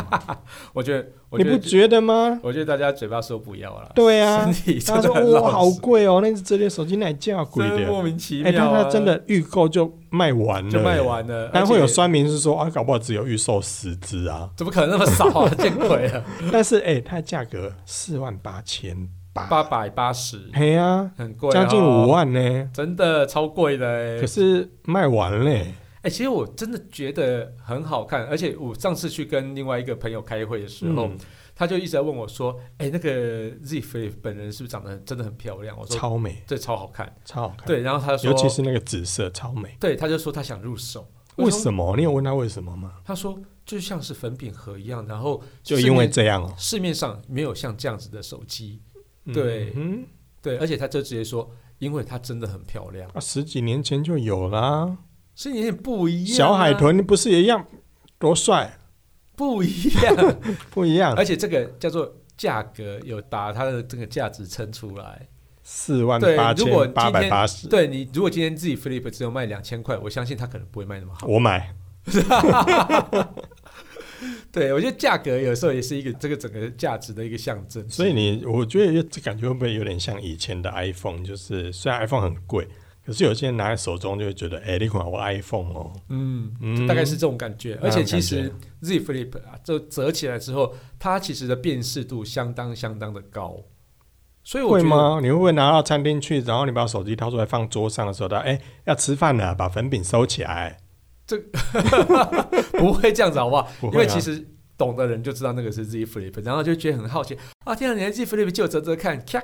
Speaker 1: 我觉得，我
Speaker 2: 你
Speaker 1: 觉
Speaker 2: 不
Speaker 1: 得，
Speaker 2: 觉得吗？
Speaker 1: 我觉得大家嘴巴说不要了，
Speaker 2: 对啊
Speaker 1: 身，体真
Speaker 2: 他
Speaker 1: 的
Speaker 2: 说
Speaker 1: 很
Speaker 2: 哇
Speaker 1: 老
Speaker 2: 好
Speaker 1: 实，
Speaker 2: 贵哦，那只折叠手机那价贵
Speaker 1: 真的
Speaker 2: 的，
Speaker 1: 莫名其
Speaker 2: 哎，但
Speaker 1: 妙
Speaker 2: 它
Speaker 1: 啊，
Speaker 2: 真的预购就卖完了，欸
Speaker 1: 就卖。完了，
Speaker 2: 但
Speaker 1: 而
Speaker 2: 会有
Speaker 1: 且
Speaker 2: 酸民是说啊，搞不好只有预售十只 啊，
Speaker 1: 怎么可能那么少啊？ 见鬼了，
Speaker 2: 但是哎、它价格四万八千八，
Speaker 1: 八百八十，
Speaker 2: 嘿呀、
Speaker 1: 很贵，啊
Speaker 2: 将近五，万呢，
Speaker 1: 真的超贵的欸
Speaker 2: 可是卖完欸嘞、
Speaker 1: 哎、其实我真的觉得很好看，而且我上次去跟另外一个朋友开会的时候，
Speaker 2: 嗯
Speaker 1: 他就一直在问我说：“哎、那个 Z Flip 本人是不是长得很真的很漂亮？”我说
Speaker 2: 超美，：“
Speaker 1: 这超好看。
Speaker 2: 超好看，，
Speaker 1: 对，然后他说：“
Speaker 2: 尤其是那个紫色，超美。
Speaker 1: 对，他就说他想入手，
Speaker 2: 为
Speaker 1: 么？
Speaker 2: 什么？你有问他为什么吗？
Speaker 1: 他说就像是粉饼盒一样，然后
Speaker 2: 就
Speaker 1: 市
Speaker 2: 因为
Speaker 1: 面
Speaker 2: 这样哦、
Speaker 1: 市面上没有像这样子的手机，对
Speaker 2: 嗯哼，
Speaker 1: 对，而且他就直接说，因为它真的很漂亮，
Speaker 2: 啊，十几年前就有啦。
Speaker 1: 所以有点不一样、啊
Speaker 2: 小海豚不是一样，多帅，
Speaker 1: 不一样，
Speaker 2: 不一样，
Speaker 1: 而且这个叫做价格有把它的这个价值撑出来。”
Speaker 2: 四万
Speaker 1: 对
Speaker 2: 八
Speaker 1: 如果
Speaker 2: 千
Speaker 1: 今
Speaker 2: 八百
Speaker 1: 天
Speaker 2: 八十，
Speaker 1: 对你，如果今天自己 Flip 只有卖两千块，我相信他可能不会卖那么好。
Speaker 2: 我买。
Speaker 1: 对，我觉得价格有时候也是一个这个整个价值的一个象征。
Speaker 2: 所以你，我觉得这感觉会不会有点像以前的 iPhone？就是虽然 iPhone 很贵，可是有些人拿在手中就会觉得，哎、你看我 iPhone 哦，
Speaker 1: 嗯，
Speaker 2: 嗯，
Speaker 1: 大概是这种感觉。
Speaker 2: 那
Speaker 1: 而且
Speaker 2: 种
Speaker 1: 其
Speaker 2: 感
Speaker 1: 实 Z Flip 啊，就折起来之后，它其实的辨识度相当相当的高，所以我
Speaker 2: 会
Speaker 1: 觉得
Speaker 2: 吗？你会不会拿到餐厅去，然后你把手机掏出来放桌上的时候，他哎、要吃饭了，把粉饼收起来？
Speaker 1: 不会这样子，好不好？
Speaker 2: 不
Speaker 1: 因
Speaker 2: 会
Speaker 1: 为
Speaker 2: 啊
Speaker 1: 其实懂的人就知道那个是 Z Flip，然后就觉得很好奇啊，天啊，你的 Z Flip 借我折折看，咔，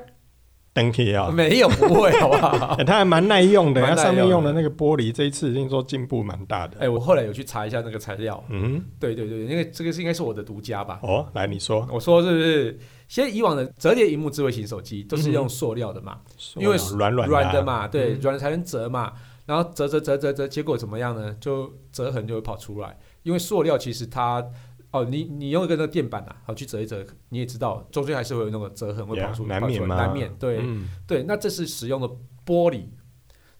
Speaker 2: 登 key 啊，
Speaker 1: 没有不会，好不好？
Speaker 2: 哎它还蛮耐用的，
Speaker 1: 蛮
Speaker 2: 它
Speaker 1: 耐
Speaker 2: 上面
Speaker 1: 用
Speaker 2: 用
Speaker 1: 的
Speaker 2: 的那个玻璃，这一次听说进步蛮大的。
Speaker 1: 哎、我后来有去查一下那个材料，
Speaker 2: 嗯，
Speaker 1: 对对对，因为这个是应该是我的独家吧。
Speaker 2: 哦，来你说，
Speaker 1: 我说是不是？现在以往的折叠荧幕智慧型手机都
Speaker 2: 嗯
Speaker 1: 是用塑料的嘛，因为
Speaker 2: 软软
Speaker 1: 软
Speaker 2: 的
Speaker 1: 的
Speaker 2: 啊，
Speaker 1: 嘛，对，
Speaker 2: 嗯
Speaker 1: 软的才能折嘛。然后折折折折折，结果怎么样呢？就折痕就会跑出来，因为塑料其实它。哦，你你用一个那个垫板啊，好去折一折，你也知道中间还是会有那个折痕会跑
Speaker 2: Yeah，
Speaker 1: 出
Speaker 2: 难
Speaker 1: 跑出
Speaker 2: 免
Speaker 1: 来
Speaker 2: 嘛
Speaker 1: 难免对、
Speaker 2: 嗯
Speaker 1: 对。那这是使用的玻璃，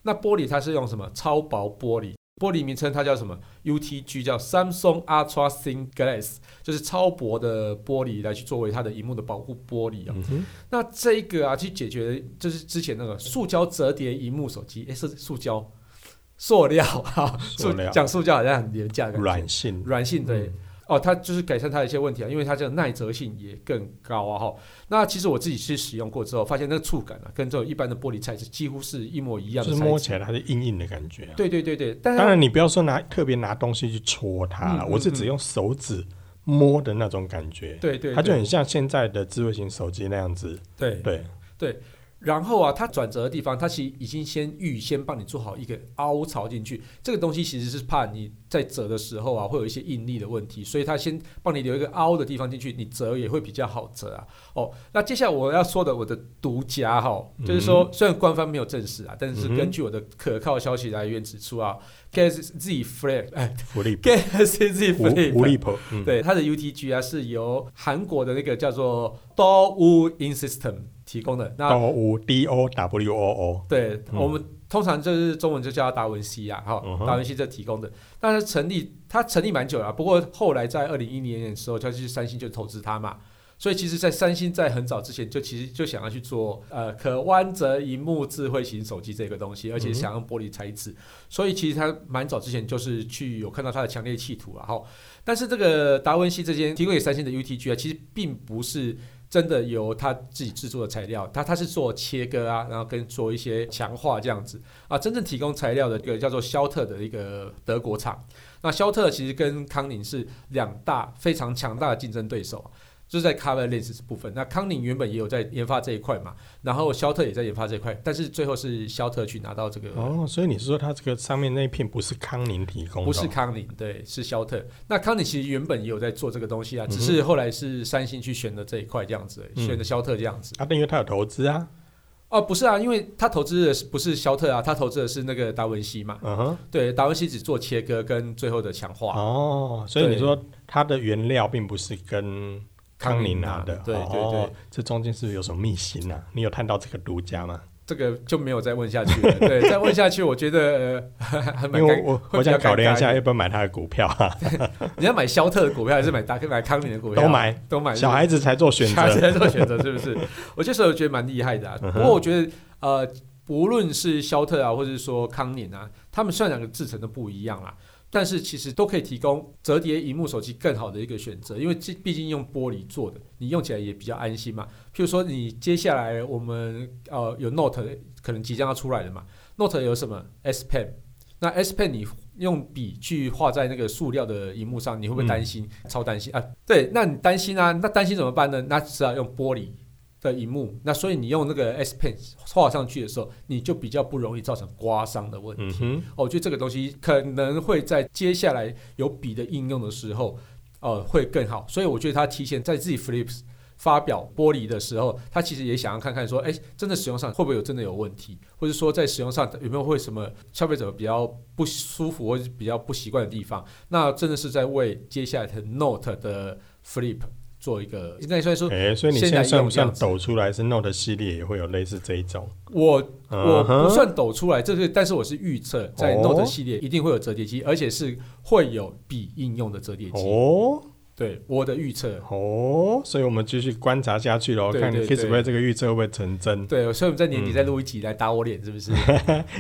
Speaker 1: 那玻璃它是用什么超薄玻璃？玻璃名称它叫什么？UTG 叫 Samsung Ultra Thin Glass，就是超薄的玻璃来去作为它的荧幕的保护玻璃啊、
Speaker 2: 嗯哼，
Speaker 1: 那这一个啊，去解决就是之前那个塑胶折叠荧幕手机，诶，是塑胶、塑料啊，
Speaker 2: 塑料
Speaker 1: 讲塑胶好像很廉价的感觉，
Speaker 2: 软嗯性，
Speaker 1: 软性对。哦，它就是改善它的一些问题啊，因为它这个耐折性也更高啊哈。那其实我自己是使用过之后，发现那个触感啊，跟这种一般的玻璃材质几乎是一模一样的
Speaker 2: 就是
Speaker 1: 材质。
Speaker 2: 摸起来它是硬硬的感觉啊。
Speaker 1: 对对对对，但
Speaker 2: 当
Speaker 1: 是
Speaker 2: 然，你不要说拿特别拿东西去戳它啦，
Speaker 1: 嗯嗯
Speaker 2: 我是只用手指摸的那种感觉，
Speaker 1: 对对，
Speaker 2: 它就
Speaker 1: 对
Speaker 2: 很像现在的智慧型手机那样子。
Speaker 1: 对
Speaker 2: 对，
Speaker 1: 然后啊，它转折的地方，它其实已经先预先帮你做好一个凹槽进去。这个东西其实是怕你在折的时候啊，会有一些应力的问题，所以它先帮你留一个凹的地方进去，你折也会比较好折啊。哦，那接下来我要说的我的独家哈、就是说虽然官方没有证实啊，但是
Speaker 2: 嗯哼
Speaker 1: 根据我的可靠消息来源指出啊，Galaxy Flip，哎
Speaker 2: 福利
Speaker 1: ，Galaxy Z
Speaker 2: 狐狐
Speaker 1: Flip
Speaker 2: 狸婆，嗯，
Speaker 1: 对，它的 UTG 啊是由韩国的那个叫做 Doo In System 提供的。那
Speaker 2: 到 O D O W O O，
Speaker 1: 对、
Speaker 2: 嗯
Speaker 1: 我们通常就是中文就叫它达文西啊，哈、
Speaker 2: 嗯哼
Speaker 1: 达文西这提供的，但是成立它成立蛮久了，啊不过后来在二零一零年的时候，它就是三星就投资它嘛，所以其实，在三星在很早之前就其实就想要去做呃可弯折荧幕智慧型手机这个东西，而且
Speaker 2: 嗯
Speaker 1: 想用玻璃材质，所以其实它蛮早之前就是去有看到它的强烈企图啊，哈，但是这个达文西这间提供给三星的 UTG 啊，其实并不是真的由他自己制作的材料，它它是做切割啊，然后跟做一些强化这样子啊。真正提供材料的一个叫做肖特的一个德国厂，那肖特其实跟康宁是两大非常强大的竞争对手。就是在 cover lens 部分，那康宁原本也有在研发这一块嘛，然后肖特也在研发这一块，但是最后是肖特去拿到这个
Speaker 2: 哦，所以你是说它这个上面那一片不是康宁提供的哦，
Speaker 1: 不是康宁，对，是肖特。那康宁其实原本也有在做这个东西啊，只是后来是三星去选的这一块这样子而已，
Speaker 2: 嗯
Speaker 1: 选的肖特这样子。
Speaker 2: 啊，但因为它有投资啊，
Speaker 1: 哦，不是啊，因为他投资的是不是肖特啊？他投资的是那个达文西嘛。
Speaker 2: 嗯哼，
Speaker 1: 对，达文西只做切割跟最后的强化。
Speaker 2: 哦，所以你
Speaker 1: 对
Speaker 2: 说它的原料并不是跟康宁拿的，
Speaker 1: 啊对对对
Speaker 2: 哦，这中间是不是有什么秘辛啊？你有探到这个独家吗？
Speaker 1: 这个就没有再问下去了。对，再问下去，我觉得呃 还蛮
Speaker 2: 因为
Speaker 1: 尴。
Speaker 2: 我
Speaker 1: 会
Speaker 2: 我
Speaker 1: 比较
Speaker 2: 想考量一
Speaker 1: 尴
Speaker 2: 下，
Speaker 1: 尬
Speaker 2: 要不要买它的股票啊？
Speaker 1: 你要买肖特的股票还是买达买康宁的股票？
Speaker 2: 都买，
Speaker 1: 都买。
Speaker 2: 小孩子才做选
Speaker 1: 小孩子
Speaker 2: 择，嗯
Speaker 1: 在做选择，是不是？我这时候觉得蛮厉害的、啊。不过我觉得，呃，无论是肖特啊，或者是说康宁啊，他们虽然两个制成的不一样啦，但是其实都可以提供折叠荧幕手机更好的一个选择，因为这毕竟用玻璃做的，你用起来也比较安心嘛。譬如说，你接下来我们呃有 Note 可能即将要出来了嘛，Note 有什么 S Pen？那 S Pen 你用笔去画在那个塑料的荧幕上，你会不会担心？超担心啊！对，那你担心啊？那担心怎么办呢？那只好用玻璃的荧幕。那所以你用那个 S Pen 画上去的时候，你就比较不容易造成刮伤的问题。
Speaker 2: 嗯哼，
Speaker 1: 哦，我觉得这个东西可能会在接下来有笔的应用的时候，呃，会更好。所以我觉得他提前在自己 Flips 发表玻璃的时候，他其实也想要看看说，哎，真的使用上会不会有真的有问题，或者说在使用上有没有会什么消费者比较不舒服或者是比较不习惯的地方。那真的是在为接下来的 Note 的 Flip 做一个，应该算说，
Speaker 2: 哎，所以你现
Speaker 1: 现在
Speaker 2: 在算
Speaker 1: 用
Speaker 2: 不算
Speaker 1: 样子
Speaker 2: 抖出来是 Note 系列也会有类似这一种？
Speaker 1: 我我
Speaker 2: 嗯哼
Speaker 1: 不算抖出来，这是，但是我是预测在
Speaker 2: 哦
Speaker 1: Note 系列一定会有折叠机，而且是会有笔应用的折叠机。
Speaker 2: 哦，
Speaker 1: 对我的预测。
Speaker 2: 哦，所以我们继续观察下去喽，
Speaker 1: 对
Speaker 2: 看
Speaker 1: 对
Speaker 2: Kiss
Speaker 1: 对
Speaker 2: Play 这个预测会不会成真。
Speaker 1: 对，所以我们在年底再录一集来打我脸，是 不是？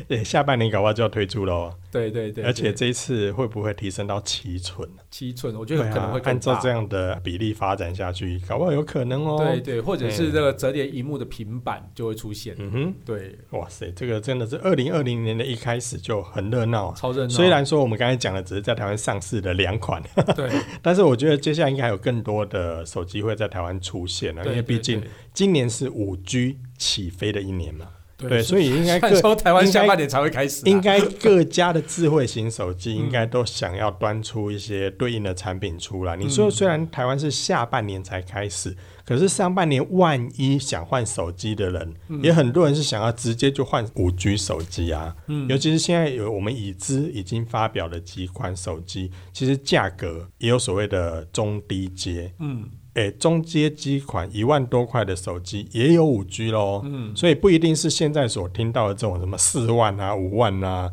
Speaker 2: 对，下半年搞不好就要推出喽。
Speaker 1: 对对对，
Speaker 2: 而且
Speaker 1: 对
Speaker 2: 这一次会不会提升到七寸？
Speaker 1: 七寸，我觉
Speaker 2: 对
Speaker 1: 得可能
Speaker 2: 啊
Speaker 1: 会，更
Speaker 2: 按照
Speaker 1: 大
Speaker 2: 这样的比例发展下去，搞不好有可能哦。
Speaker 1: 对，对，或者是这个折叠荧幕的平板就会出现。
Speaker 2: 嗯
Speaker 1: 对，
Speaker 2: 哼，哇塞，这个真的是二零二零年的一开始就很热闹啊。
Speaker 1: 超热闹。
Speaker 2: 虽然说我们刚才讲的只是在台湾上市的两款，
Speaker 1: 对，
Speaker 2: 但是我觉得接下来应该还有更多的手机会在台湾出现啊了，因
Speaker 1: 对
Speaker 2: 为毕
Speaker 1: 对
Speaker 2: 竟
Speaker 1: 对
Speaker 2: 今年是五 G 起飞的一年嘛。对，
Speaker 1: 所以
Speaker 2: 所以应该
Speaker 1: 看
Speaker 2: 各
Speaker 1: 说台湾
Speaker 2: 应该
Speaker 1: 下半年才会开始啊，
Speaker 2: 应该各家的智慧型手机应该都想要端出一些对应的产品出来。你说虽然台湾是下半年才开始，可是上半年万一想换手机的人，也很多人是想要直接就换五 G 手机啊。
Speaker 1: 嗯
Speaker 2: 尤其是现在有我们已知已经发表的几款手机，其实价格也有所谓的中低阶。
Speaker 1: 嗯，
Speaker 2: 诶，中阶机款一万多块的手机也有五 G 咯，
Speaker 1: 嗯
Speaker 2: 所以不一定是现在所听到的这种什么四万啊、五万啊。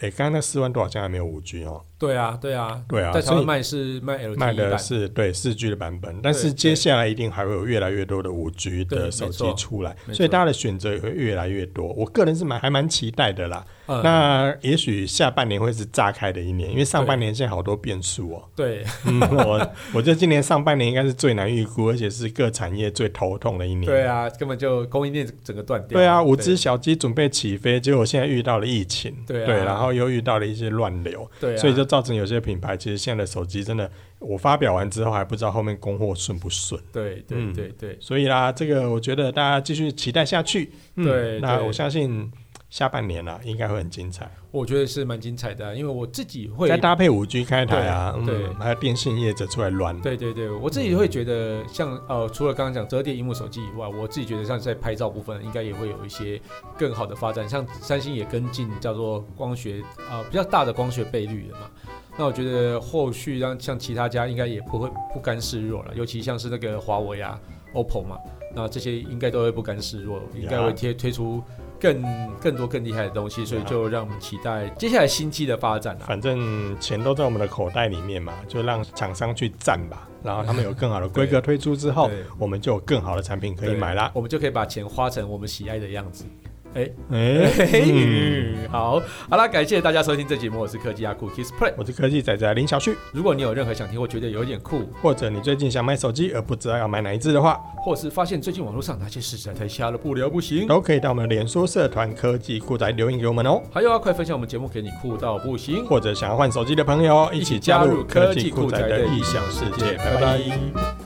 Speaker 2: 诶，刚刚那四万多好像还没有五 G 哦，
Speaker 1: 对啊，对啊，
Speaker 2: 对啊
Speaker 1: 在台
Speaker 2: 所以
Speaker 1: 湾卖是卖 LTE
Speaker 2: 卖的
Speaker 1: 版
Speaker 2: 是对四 G 的版本，但是
Speaker 1: 对
Speaker 2: 接下来一定还会有越来越多的五 G
Speaker 1: 对
Speaker 2: 的
Speaker 1: 没
Speaker 2: 手机
Speaker 1: 错
Speaker 2: 出来，
Speaker 1: 没
Speaker 2: 所以
Speaker 1: 错
Speaker 2: 大家的选择也会越来越多。我个人是蛮还蛮期待的啦。
Speaker 1: 嗯
Speaker 2: 那也许下半年会是炸开的一年，因为上
Speaker 1: 对
Speaker 2: 半年现在好多变数哦。
Speaker 1: 对
Speaker 2: 嗯， 我我觉得今年上半年应该是最难预估，而且是各产业最头痛的一年。
Speaker 1: 对啊，根本就供应链整个断掉。
Speaker 2: 对啊，五只小鸡准备起飞，结果现在遇到了疫情，
Speaker 1: 对啊
Speaker 2: 然后又遇到了一些乱流，
Speaker 1: 对啊，
Speaker 2: 所以就造成有些品牌其实现在的手机真的，我发表完之后还不知道后面供货顺不顺，
Speaker 1: 对
Speaker 2: 嗯
Speaker 1: 对对对
Speaker 2: 所以啦，这个我觉得大家继续期待下去。嗯
Speaker 1: 对
Speaker 2: 那
Speaker 1: 对
Speaker 2: 我相信下半年啦、应该会很精彩，
Speaker 1: 我觉得是蛮精彩的啊，因为我自己会
Speaker 2: 再搭配五 G 开台啊，
Speaker 1: 对
Speaker 2: 嗯
Speaker 1: 对，
Speaker 2: 还有电信业者出来乱，
Speaker 1: 对对对，我自己会觉得像呃，除了刚刚讲折叠荧幕手机以外，我自己觉得像在拍照部分，应该也会有一些更好的发展。像三星也跟进叫做光学呃比较大的光学倍率的嘛。那我觉得后续让像其他家应该也不会不甘示弱了，尤其像是那个华为啊、OPPO 嘛，那这些应该都会不甘示弱，应该会贴推出更更多更厉害的东西，所以就让我们期待接下来新机的发展啊。
Speaker 2: 反正钱都在我们的口袋里面嘛，就让厂商去占吧。然后他们有更好的规格推出之后
Speaker 1: 对，
Speaker 2: 我们就有更好的产品可以
Speaker 1: 对
Speaker 2: 买啦。
Speaker 1: 我们就可以把钱花成我们喜爱的样子。
Speaker 2: 哎， 嗯
Speaker 1: 嗯，好，好啦，感谢大家收听这节目，我是科技阿酷 Kiss Play。
Speaker 2: 我是科技仔仔林小旭，
Speaker 1: 如果你有任何想听或觉得有点酷，
Speaker 2: 或者你最近想买手机而不知道要买哪一支的话，
Speaker 1: 或是发现最近网络上哪些事实在太瞎了，不聊不行。
Speaker 2: 都可以到我们的脸书社团科技酷仔留言给我们哦。
Speaker 1: 还有啊，快分享我们节目给你酷到不行。
Speaker 2: 或者想要换手机的朋友，一起加入科技酷仔的异想世界，拜拜